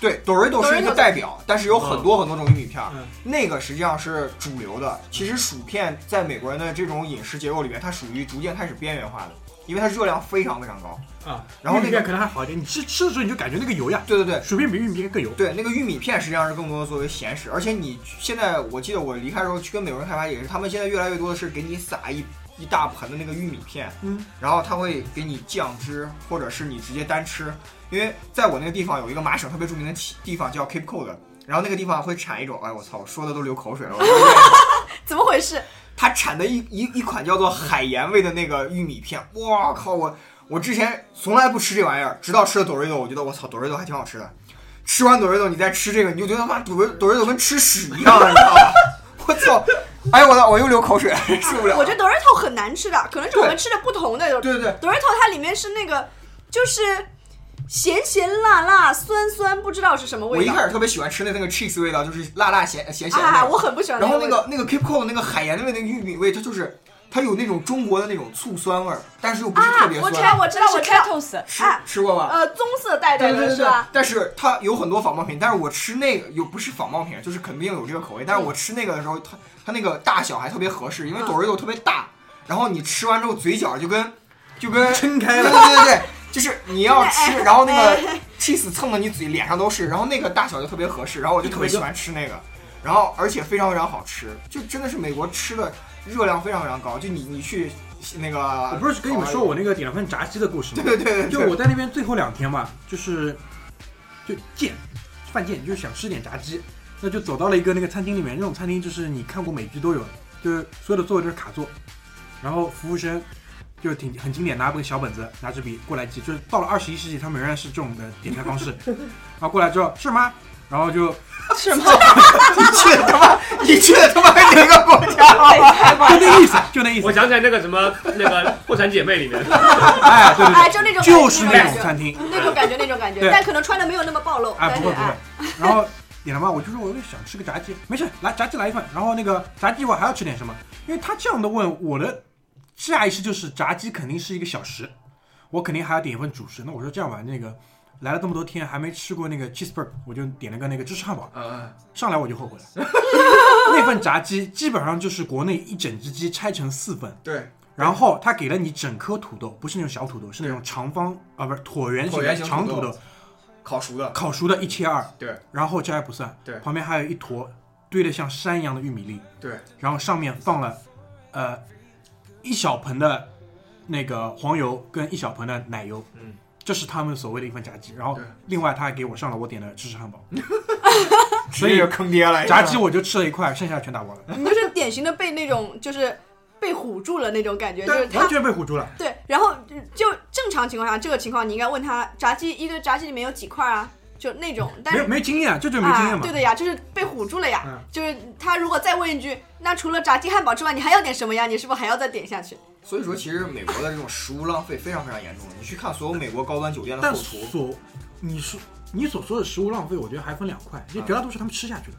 对，Dorito 是一 Dorito 个代表，但是有很多很多种玉米片儿嗯，那个实际上是主流的。其实薯片在美国人的这种饮食结构里面，它属于逐渐开始边缘化的，因为它热量非常非常高。啊，然后玉米那个片可能还好一点，你吃吃的时候你就感觉那个油呀，对对对，薯片比玉米片更油。对，那个玉米片实际上是更多的作为咸食，而且你现在我记得我离开的时候去跟美国人开发也是，他们现在越来越多的是给你撒一一大盆的那个玉米片，嗯，然后他会给你酱汁，或者是你直接单吃，因为在我那个地方有一个麻省特别著名的起地方叫 Cape Cod，然后那个地方会产一种，哎我操，我说的都流口水了，我 *laughs* 都饿了怎么回事？它产的一一一款叫做海盐味的那个玉米片，哇靠我。我之前从来不吃这玩意儿，直到吃了 Dorito，我觉得我操，Dorito 还挺好吃的。吃完 Dorito，你再吃这个，你就觉得他妈 Dorito Dorito 跟吃屎一样，啊你知道吗？我操！哎呦我操，我又流口水了，受不了。我觉得 Dorito 很难吃的，可能是我们对吃的不同的。对对对 Dorito 它里面是那个就是咸咸辣辣、酸酸，不知道是什么我味一道开始特别喜欢吃的那个 cheese 味道，就是辣辣咸咸咸的那啊，种。我很不喜欢。然后那那味道个那个 Cape Cod 那个海盐味那个玉米味，它就是它有那种中国的那种醋酸味儿，但是又不是特啊别，我酸。知道，我知道，我知道，是 Catos，吃啊吃过吧？呃，棕色带带对对的对是对吧？，但是它有很多仿冒品，但是我吃那个有不是仿冒品，就是肯定有这个口味，但是我吃那个的时候，它它那个大小还特别合适，因为嗯 Dorito 特别大，然后你吃完之后嘴角就跟就跟撑开了对对对对，就是你要吃，然后那个哎 cheese 蹭的你嘴脸上都是，然后那个大小就特别合适，然后我就特别一口喜一个欢吃那个，然后而且非常非常好吃，就真的是美国吃的热量非常非常高，就你你去那个，我不是跟你们说我那个两份炸鸡的故事吗？对对对对，就我在那边最后两天嘛，就是就贱犯贱，就是想吃点炸鸡，那就走到了一个那个餐厅里面，那种餐厅就是你看过美剧都有，就是所有的座位都是卡座，然后服务生就挺很经典，拿个小本子，拿支笔过来记，就是到了二十一世纪，他们仍然是这种的点餐方式， *laughs* 然后过来之后是吗？然后就是 *laughs* 吗？你去他妈，你去他妈哪个国家？就那意思，就那意我思，想起来那个什么那个《破产姐妹》里 *laughs* 面，哎，对哎，对就那种对，就是那感种觉餐厅。 *laughs* 那种感觉，那种感觉，对但可能穿的没有那么暴露。啊，但不会是不 *laughs* 会哎。然后点了嘛，我就说我就想吃个炸鸡，没事，来炸鸡来一份。然后那个炸鸡我还要吃点什么？因为他这样的问我的下意识就是炸鸡肯定是一个小食，我肯定还要点一份主食。那我说这样吧，那个来了这么多天还没吃过那个 cheeseburger，我就点了个那个芝士汉堡。啊呃上来我就后悔 *laughs* 了，那份炸鸡基本上就是国内一整只鸡拆成四份。对，然后他给了你整颗土豆，不是那种小土豆，是那种长方啊，不是椭圆形椭的圆形长土土豆豆，烤熟的，烤熟的一切二，对然后这还不算，对旁边还有一坨堆得像山一样的玉米粒，对，然后上面放了，呃，一小盆的那个黄油跟一小盆的奶油，嗯，这是他们所谓的一份炸鸡。然后对另外他还给我上了我点的芝士汉堡，所以坑爹了。炸鸡我就吃了一块，剩下的全打包了，哎你就是典型的被那种就是被唬住了那种感觉，就是对，他完全被唬住了。对，然后就正常情况下，这个情况你应该问他炸鸡一个炸鸡里面有几块啊，就那种，但没是有没经验，这就是没经啊验，嘛对。的呀，就是被唬住了呀。嗯就是他如果再问一句，那除了炸鸡汉堡之外，你还要点什么呀？你是不是还要再点下去？所以说，其实美国的这种食物浪费非常非常严重。你去看所有美国高端酒店的但后厨，所你说你所说的食物浪费，我觉得还分两块，因为绝大多数他们吃下去了。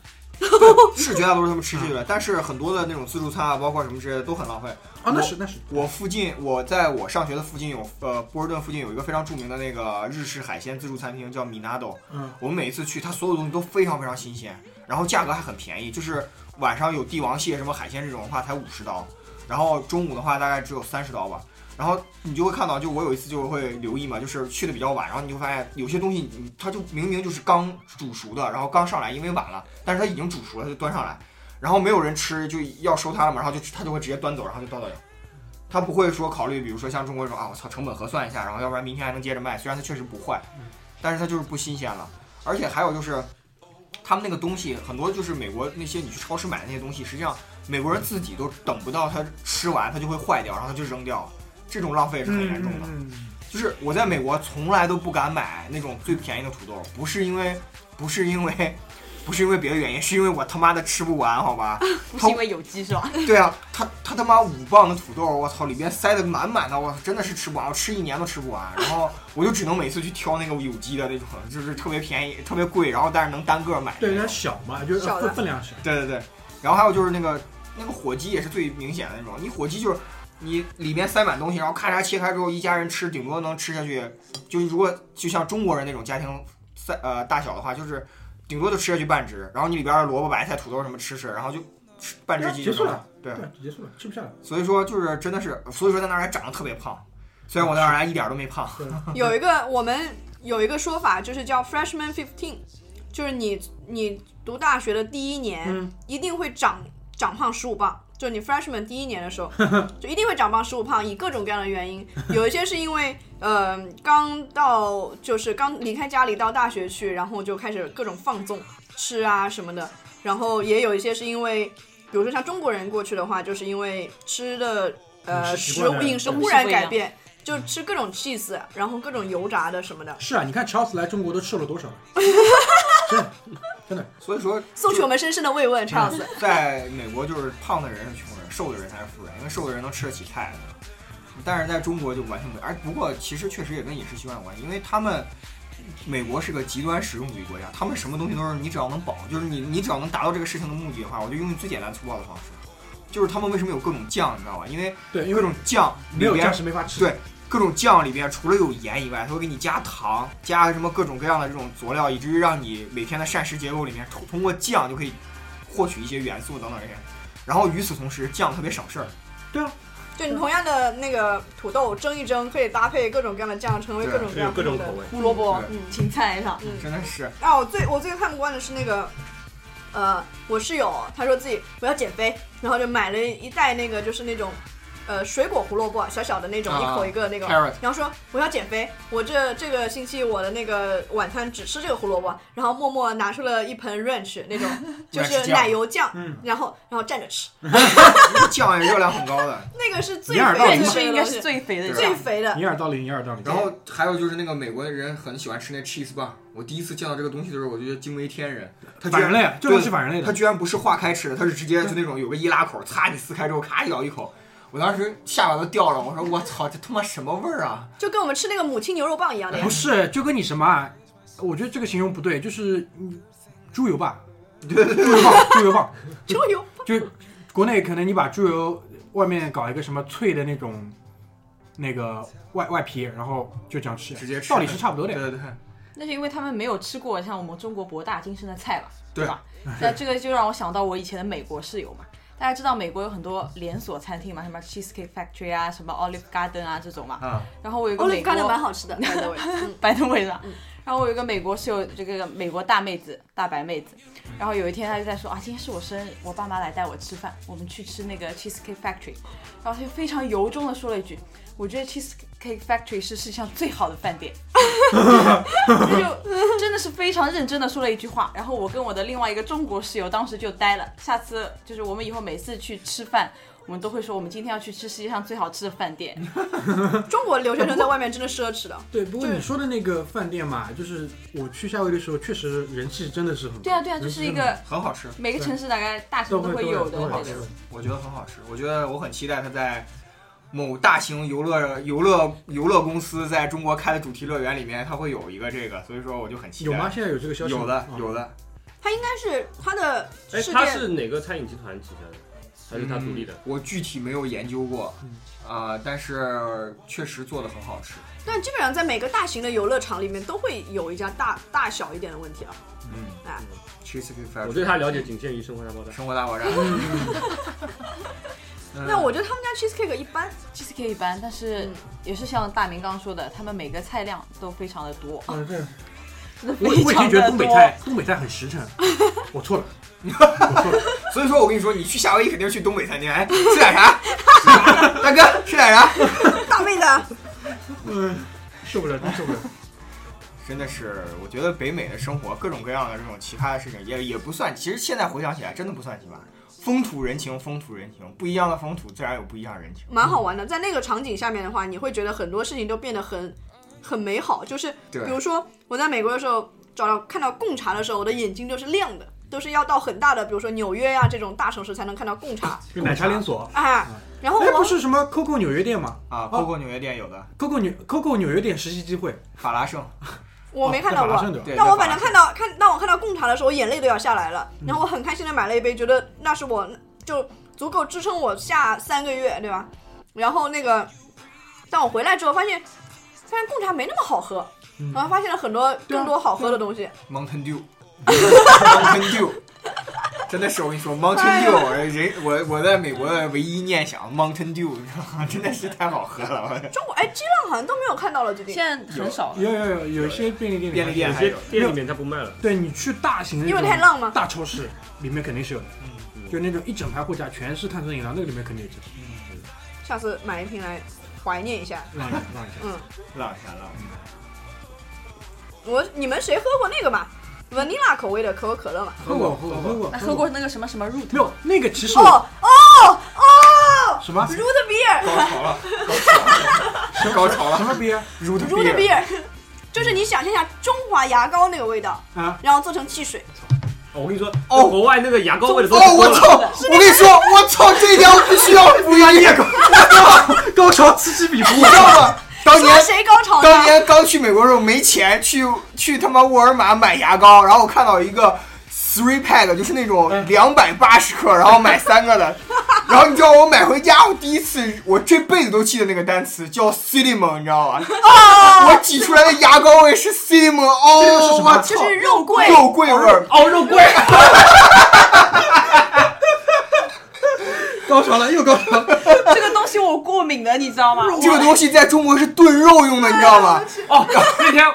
是绝大多数他们吃这个，但是很多的那种自助餐啊，包括什么之类的都很浪费。啊，那是那是，我附近，我在我上学的附近有，呃，波士顿附近有一个非常著名的那个日式海鲜自助餐厅，叫米纳豆。嗯，我们每一次去，它所有东西都非常非常新鲜，然后价格还很便宜，就是晚上有帝王蟹什么海鲜这种的话才五十刀，然后中午的话大概只有三十刀吧。然后你就会看到，就我有一次就会留意嘛，就是去的比较晚，然后你就发现有些东西你它就明明就是刚煮熟的，然后刚上来，因为晚了，但是它已经煮熟了，它就端上来，然后没有人吃就要收它了嘛，然后就它就会直接端走，然后就倒掉。他不会说考虑，比如说像中国这种啊，我操，成本核算一下，然后要不然明天还能接着卖。虽然它确实不坏，但是它就是不新鲜了。而且还有就是，他们那个东西很多就是美国那些你去超市买的那些东西，实际上美国人自己都等不到它吃完，它就会坏掉，然后他就扔掉，这种浪费嗯是嗯很严重的。就是我在美国从来都不敢买那种最便宜的土豆，不是因为，不是因为，不是因为别的原因，是因为我他妈的吃不完，好吧？不是因为有机是嗯吧？ *laughs* 对啊，他他他妈五磅的土豆，我操，里边塞的满满的，我操真的是吃不完，我吃一年都吃不完。然后我就只能每次去挑那个有机的那种，就是特别便宜、特别贵，然后但是能单个买的对，那它种。小嘛，就是呃小的分分量小。对对对，然后还有就是那个那个火鸡也是最明显的那种，你火鸡就是你里面塞满东西，然后咔嚓切开之后，一家人吃顶多能吃下去，就是如果就像中国人那种家庭塞呃大小的话，就是顶多就吃下去半只，然后你里边的萝卜、白菜、土豆什么吃吃，然后就吃半只鸡就结束扔了了。对，对，啊结束了，吃不下了。所以说就是真的是，所以说在那儿还长得特别胖，虽然我在那儿还一点儿都没胖。 *laughs* 有一个我们有一个说法，就是叫 freshman fifteen，就是你你读大学的第一年、嗯一定会长长胖十五磅。就你 freshman 第一年的时 *laughs* 候，就一定会长胖十五磅，以各种各样的原因，有一些是因为，呃，刚到就是刚离开家里到大学去，然后就开始各种放纵吃啊什么的，然后也有一些是因为，比如说像中国人过去的话，就是因为吃的呃饮嗯食习食惯物的饮食东忽西然不一改样嗯变，就吃各种 cheese，然后各种油炸的什么的，是啊，你看乔尔斯来中国都瘦了多少？真的，真的，所以说，送去我们深深的慰问，Charles。嗯在美国就是胖的人是穷人，瘦的人才是富人，因为瘦的人能吃得起菜。但是在中国就完全不，而不过其实确实也跟饮食习惯有关，因为他们美国是个极端实用主义国家，他们什么东西都是你只要能饱，就是你你只要能达到这个事情的目的的话，我就用最简单粗暴的方式。就是他们为什么有各种酱，你知道吧？因为对，因各为种酱没里有边酱是没法吃。 *laughs* 对各种酱里边除了有盐以外，它会给你加糖，加什么各种各样的这种佐料，以至于让你每天的膳食结构里面通通过酱就可以获取一些元素等等这些。然后与此同时，酱特别省事儿， *laughs* 就你同样的那个土豆蒸一蒸，可以搭配各种各样的酱，成为各种各有样各种的口味。胡萝卜对、嗯芹菜上，嗯真的是啊，我最我最看不惯的是那个，呃，我室友他说自己我要减肥，然后就买了一袋那个就是那种，呃，水果胡萝卜，小小的那种，啊一口一个那个。 carrot 然后说我要减肥，我这这个星期我的那个晚餐只吃这个胡萝卜，然后默默拿出了一盆 ranch *laughs* 那种就 ranch 是酱奶油酱，嗯然后然后蘸着吃，酱也热量很高的。那个是最掩 *laughs* 耳盗肥铃的人是最应该是啊最肥的对酱最。肥的。掩耳盗铃，掩耳盗铃。然后还有就是那个美国人很喜欢吃那 cheese bun，我第一次见到这个东西的时候，我就觉得惊为天人。它居反人然类啊，这对种是反人类它的。居然不是化开吃的，它是直接就那种有个易拉口，擦你撕开之后，咔咬一口。我当时下巴都掉了，我说我操，这他妈什么味儿啊！就跟我们吃那个母亲牛肉棒一样的哎呀不。是，就跟你什么啊？我觉得这个形容不对，就是嗯猪油 *laughs* 吧，猪油棒，猪油棒。猪油就国内可能你把猪油外面搞一个什么脆的那种那个外外皮，然后就这样吃，直接吃道理是差不多的呀。对对对。那是因为他们没有吃过像我们中国博大精深的菜吧，对吧？那这个就让我想到我以前的美国室友嘛。大家知道美国有很多连锁餐厅嘛，什么 Cheesecake Factory 啊，什么 Olive Garden 啊这种嘛。嗯然后我有一个美 olive 国 garden 蛮好吃的，by the *laughs* way 嗯白的味道。然后我有一个美国室友，这个美国大妹子，大白妹子。然后有一天她就在说啊，今天是我生日，我爸妈来带我吃饭，我们去吃那个 Cheesecake Factory。然后她就非常由衷的说了一句，我觉得 Cheesecake Factory 是世界上最好的饭店。她就真的是非常认真的说了一句话。然后我跟我的另外一个中国室友当时就呆了。下次就是我们以后每次去吃饭。我们都会说，我们今天要去吃世界上最好吃的饭店。中国留学生在外面真的奢侈的。对，不过对你说的那个饭店嘛，就是我去夏威夷的时候，确实人气真的是很高。对啊，对啊，人就气是一真的个很好吃，每个城市大概大城都都会会有的都那会种。我觉得很好吃。我觉得我很期待它在某大型游乐游乐游乐公司在中国开的主题乐园里面，它会有一个这个，所以说我就很期待。有吗？？现在有这个消息吗？有的，啊有的。它应该是它的哎，世他界是哪个餐饮集团旗下的？还是他独立的？嗯我具体没有研究过嗯，啊，但是确实做的很好吃。但基本上在每个大型的游乐场里面都会有一家大大小一点的问题啊。嗯哎，Cheesecake 我 Factory，对他了解仅限于《生活大爆炸》。生活大爆炸。嗯 *laughs* 嗯那我觉得他们家 cheesecake 一般， *laughs* cheesecake 一般，但是也是像大明刚刚说的，他们每个菜量都非常的多，啊，这真的我哦非我已常经觉得的东北多。菜，东北菜很实诚。 *laughs* 我错了，所以说我跟你说，你去夏威夷肯定是去东北餐厅。哎，吃点啥？ *laughs* 大哥去哪儿啊？大妹的， *laughs* 受不了，真受不了。真的是，我觉得北美的生活各种各样的这种奇葩的事情也也不算，其实现在回想起来真的不算奇葩。风土人情，风土人情，不一样的风土自然有不一样的人情。蛮好玩的。在那个场景下面的话，你会觉得很多事情都变得很很美好。就是对比如说我在美国的时候，找到看到贡茶的时候，我的眼睛都是亮的，都是要到很大的，比如说纽约呀、啊这种大城市才能看到贡茶。就奶茶连锁，啊，然后哎，不我是什么 COCO 纽约店吗？啊，包括纽约店有的， ，COCO 纽 COCO 纽约店实习机会，法拉盛，我没看哦到在过法拉盛，对吧对但我在法反拉正看盛到看，当我看到贡茶的时候，我眼泪都要下来了。嗯然后我很开心的买了一杯，觉得那是我就足够支撑我下三个月，对吧？然后那个，但我回来之后发现，发现贡茶没那么好喝，然后发现了很多嗯对啊更多好喝的东西。*laughs* Mountain Dew，Mountain Dew，真的是我跟你说哎，Mountain 呦 Dew，我人我我在美国的唯一念想 Mountain Dew，你知道吗？真的是太好喝了。中国哎，鸡浪好像都没有看到了，最近，现在很少了。有有有有一些便利店里面便利店有有些些店里面它不卖了，对你去大型的那因为种太浪嘛大超市里面肯定是有的，就那种一整排货架全是碳酸饮料，那个里面肯定有这个。下次买一瓶来怀念一下。让一下，让一下。 *laughs* 浪啥浪？我你们谁喝过那个嘛？vanilla 口味的可口可乐嘛？喝过，喝过，喝过那，喝过那个什么什么 root，没有那个其实我哦哦哦什么，root beer。高潮了，高潮了，什么高潮了鳖，root root beer， beer，就是你想象一下中华牙膏那个味道，啊？然后做成汽水，哦我跟你说，哦国外那个牙膏味的都哦，我操！我跟你说，我操，这一点我必须要补一点。高潮此起彼伏，你知道吗？当说年谁高潮呢？当年刚去美国的时候没钱，去去他妈沃尔玛买牙膏，然后我看到一个 three pack，就是那种两百八十克，然后买三个 *laughs* 的。然后你知道我买回家，我第一次，我这辈子都记得那个单词叫 cinnamon，你知道吧？哦我挤出来的牙膏味是 cinnamon，这是哦什，么我操，就是肉桂肉桂味儿。哦肉桂，高潮了又高潮了，这个东西我过敏的，你知道吗？这个东西在中国是炖肉用的，你知道啊吗？哦，那天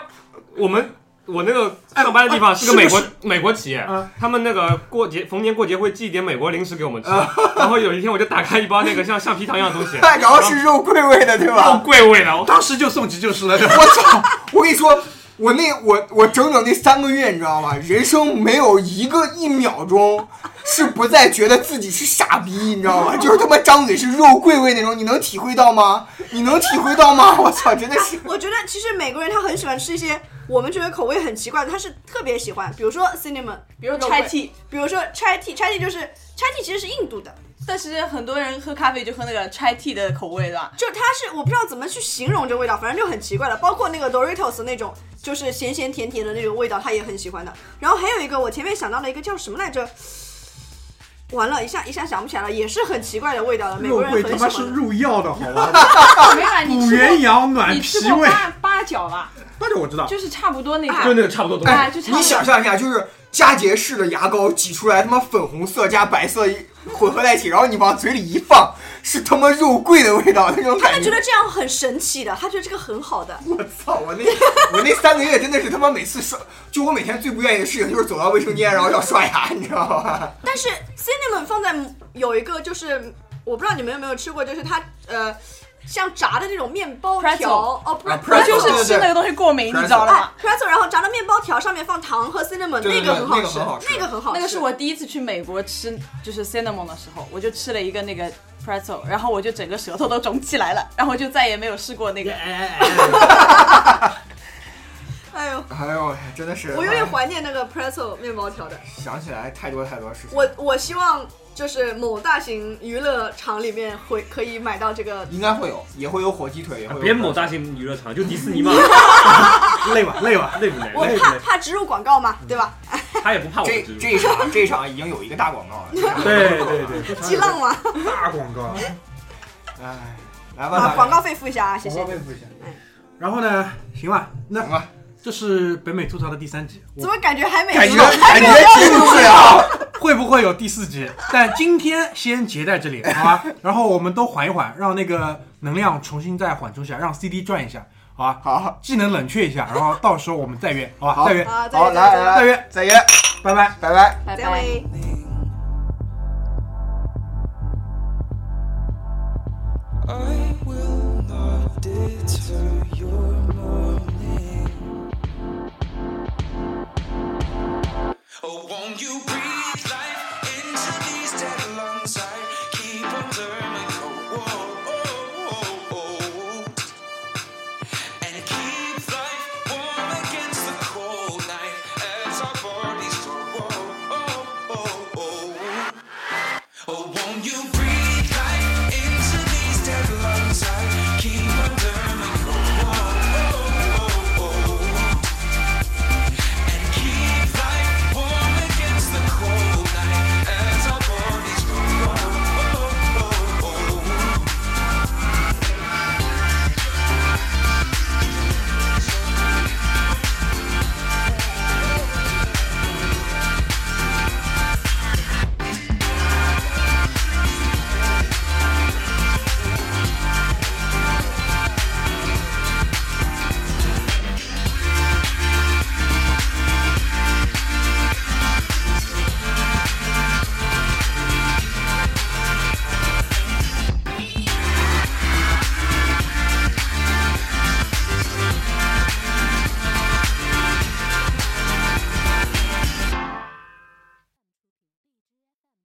我们我那个上班的地方哎是个嗯美国、美国企业，他们那个过节逢年过节会寄一点美国零食给我们吃， *laughs* 然后有一天我就打开一包那个像橡皮糖一样的东 *laughs* 西，然后哎是肉桂味的，对吧？肉桂味的，我当时就送急救室了。我操！ *laughs* 我跟你说，我那我我整整那三个月，你知道吗？人生没有一个一秒钟是不再觉得自己是傻逼，你知道吗？就是他妈张嘴是肉桂味那种，你能体会到吗？你能体会到吗？我操，真的是。我觉得其实美国人他很喜欢吃一些我们觉得口味很奇怪的，他是特别喜欢，比如说 cinnamon，比如肉拆桂替，比如说 chai tea，chai tea 就是 chai tea 其实是印度的，但是很多人喝咖啡就喝那个拆替的口味，对吧？就它是我不知道怎么去形容这味道，反正就很奇怪了。包括那个 Doritos 那种，就是咸咸甜甜的那种味道，他也很喜欢的。然后还有一个，我前面想到了一个叫什么来着？完了，一下一下想不起来了，也是很奇怪的味道了。美肉国人桂很他喜妈欢是的。入药的好吧？没有，你补吃元过阳暖你脾吃过胃，八八角吧？那就我知道。就是差不多那就个，那个差不多东西。哎，就差不多。你想象一下，就是佳洁士的牙膏挤出来，他妈粉红色加白色一混合在一起，然后你往嘴里一放，是他妈肉桂的味道，那种他感们觉觉。得这样很神奇的，他觉得这个很好的。 *laughs* 我操！我那我那三个月真的是他妈每次刷，就我每天最不愿意的事情就是走到卫生间然后要刷牙，你知道吗？但是 cinnamon 放在有一个就是我不知道你们有没有吃过，就是它呃像炸的那种面包 Pretzel 条哦啊 pretzel 我，pretzel 就是吃那个东西过敏，你知道了哎吗？ pretzel，然后炸的面包条上面放糖和 cinnamon，对对对个很好那个吃很好，吃那个很好吃，那个是我第一次去美国吃，就是 cinnamon 的时候，我就吃了一个那个 pretzel，然后我就整个舌头都肿起来了，然后就再也没有试过那个。哎哎呦， *laughs* 哎呦，真的是，哎我有点怀念那个 pretzel 面包条的。想起来太多太多事情。我我希望就是某大型娱乐场里面会可以买到这个。应该会有，也会有火鸡腿，也会有。别某大型娱乐场，就迪士尼嘛， *laughs* 累吧累吧，累不累？我对怕对怕植入广告嘛，对吧？他也不怕我这们这一场这一场已经有一个大广告了。这 *laughs* 样对对对，嗯激浪嘛，大广告，哎，来吧，把大 *laughs* 广哥告费付一下啊，谢广谢告。背负一下。然后呢，行吧，那行吧，这是北美吐槽的第三集，我怎么感觉还没 *laughs* 感觉还感没觉啊有结束不了。会不会有第四集？但今天先结在这里，好吧？然后我们都缓一缓，让那个能量重新再缓冲一下，让 CD 转一下，好吧？好，技能冷却一下，然后到时候我们再约，好吧？好再约，啊？再好，见来再见来来，再约，拜拜。拜拜。拜再见。 Something I will not deter your morning. Oh, won't you breathe like Oh, Oh,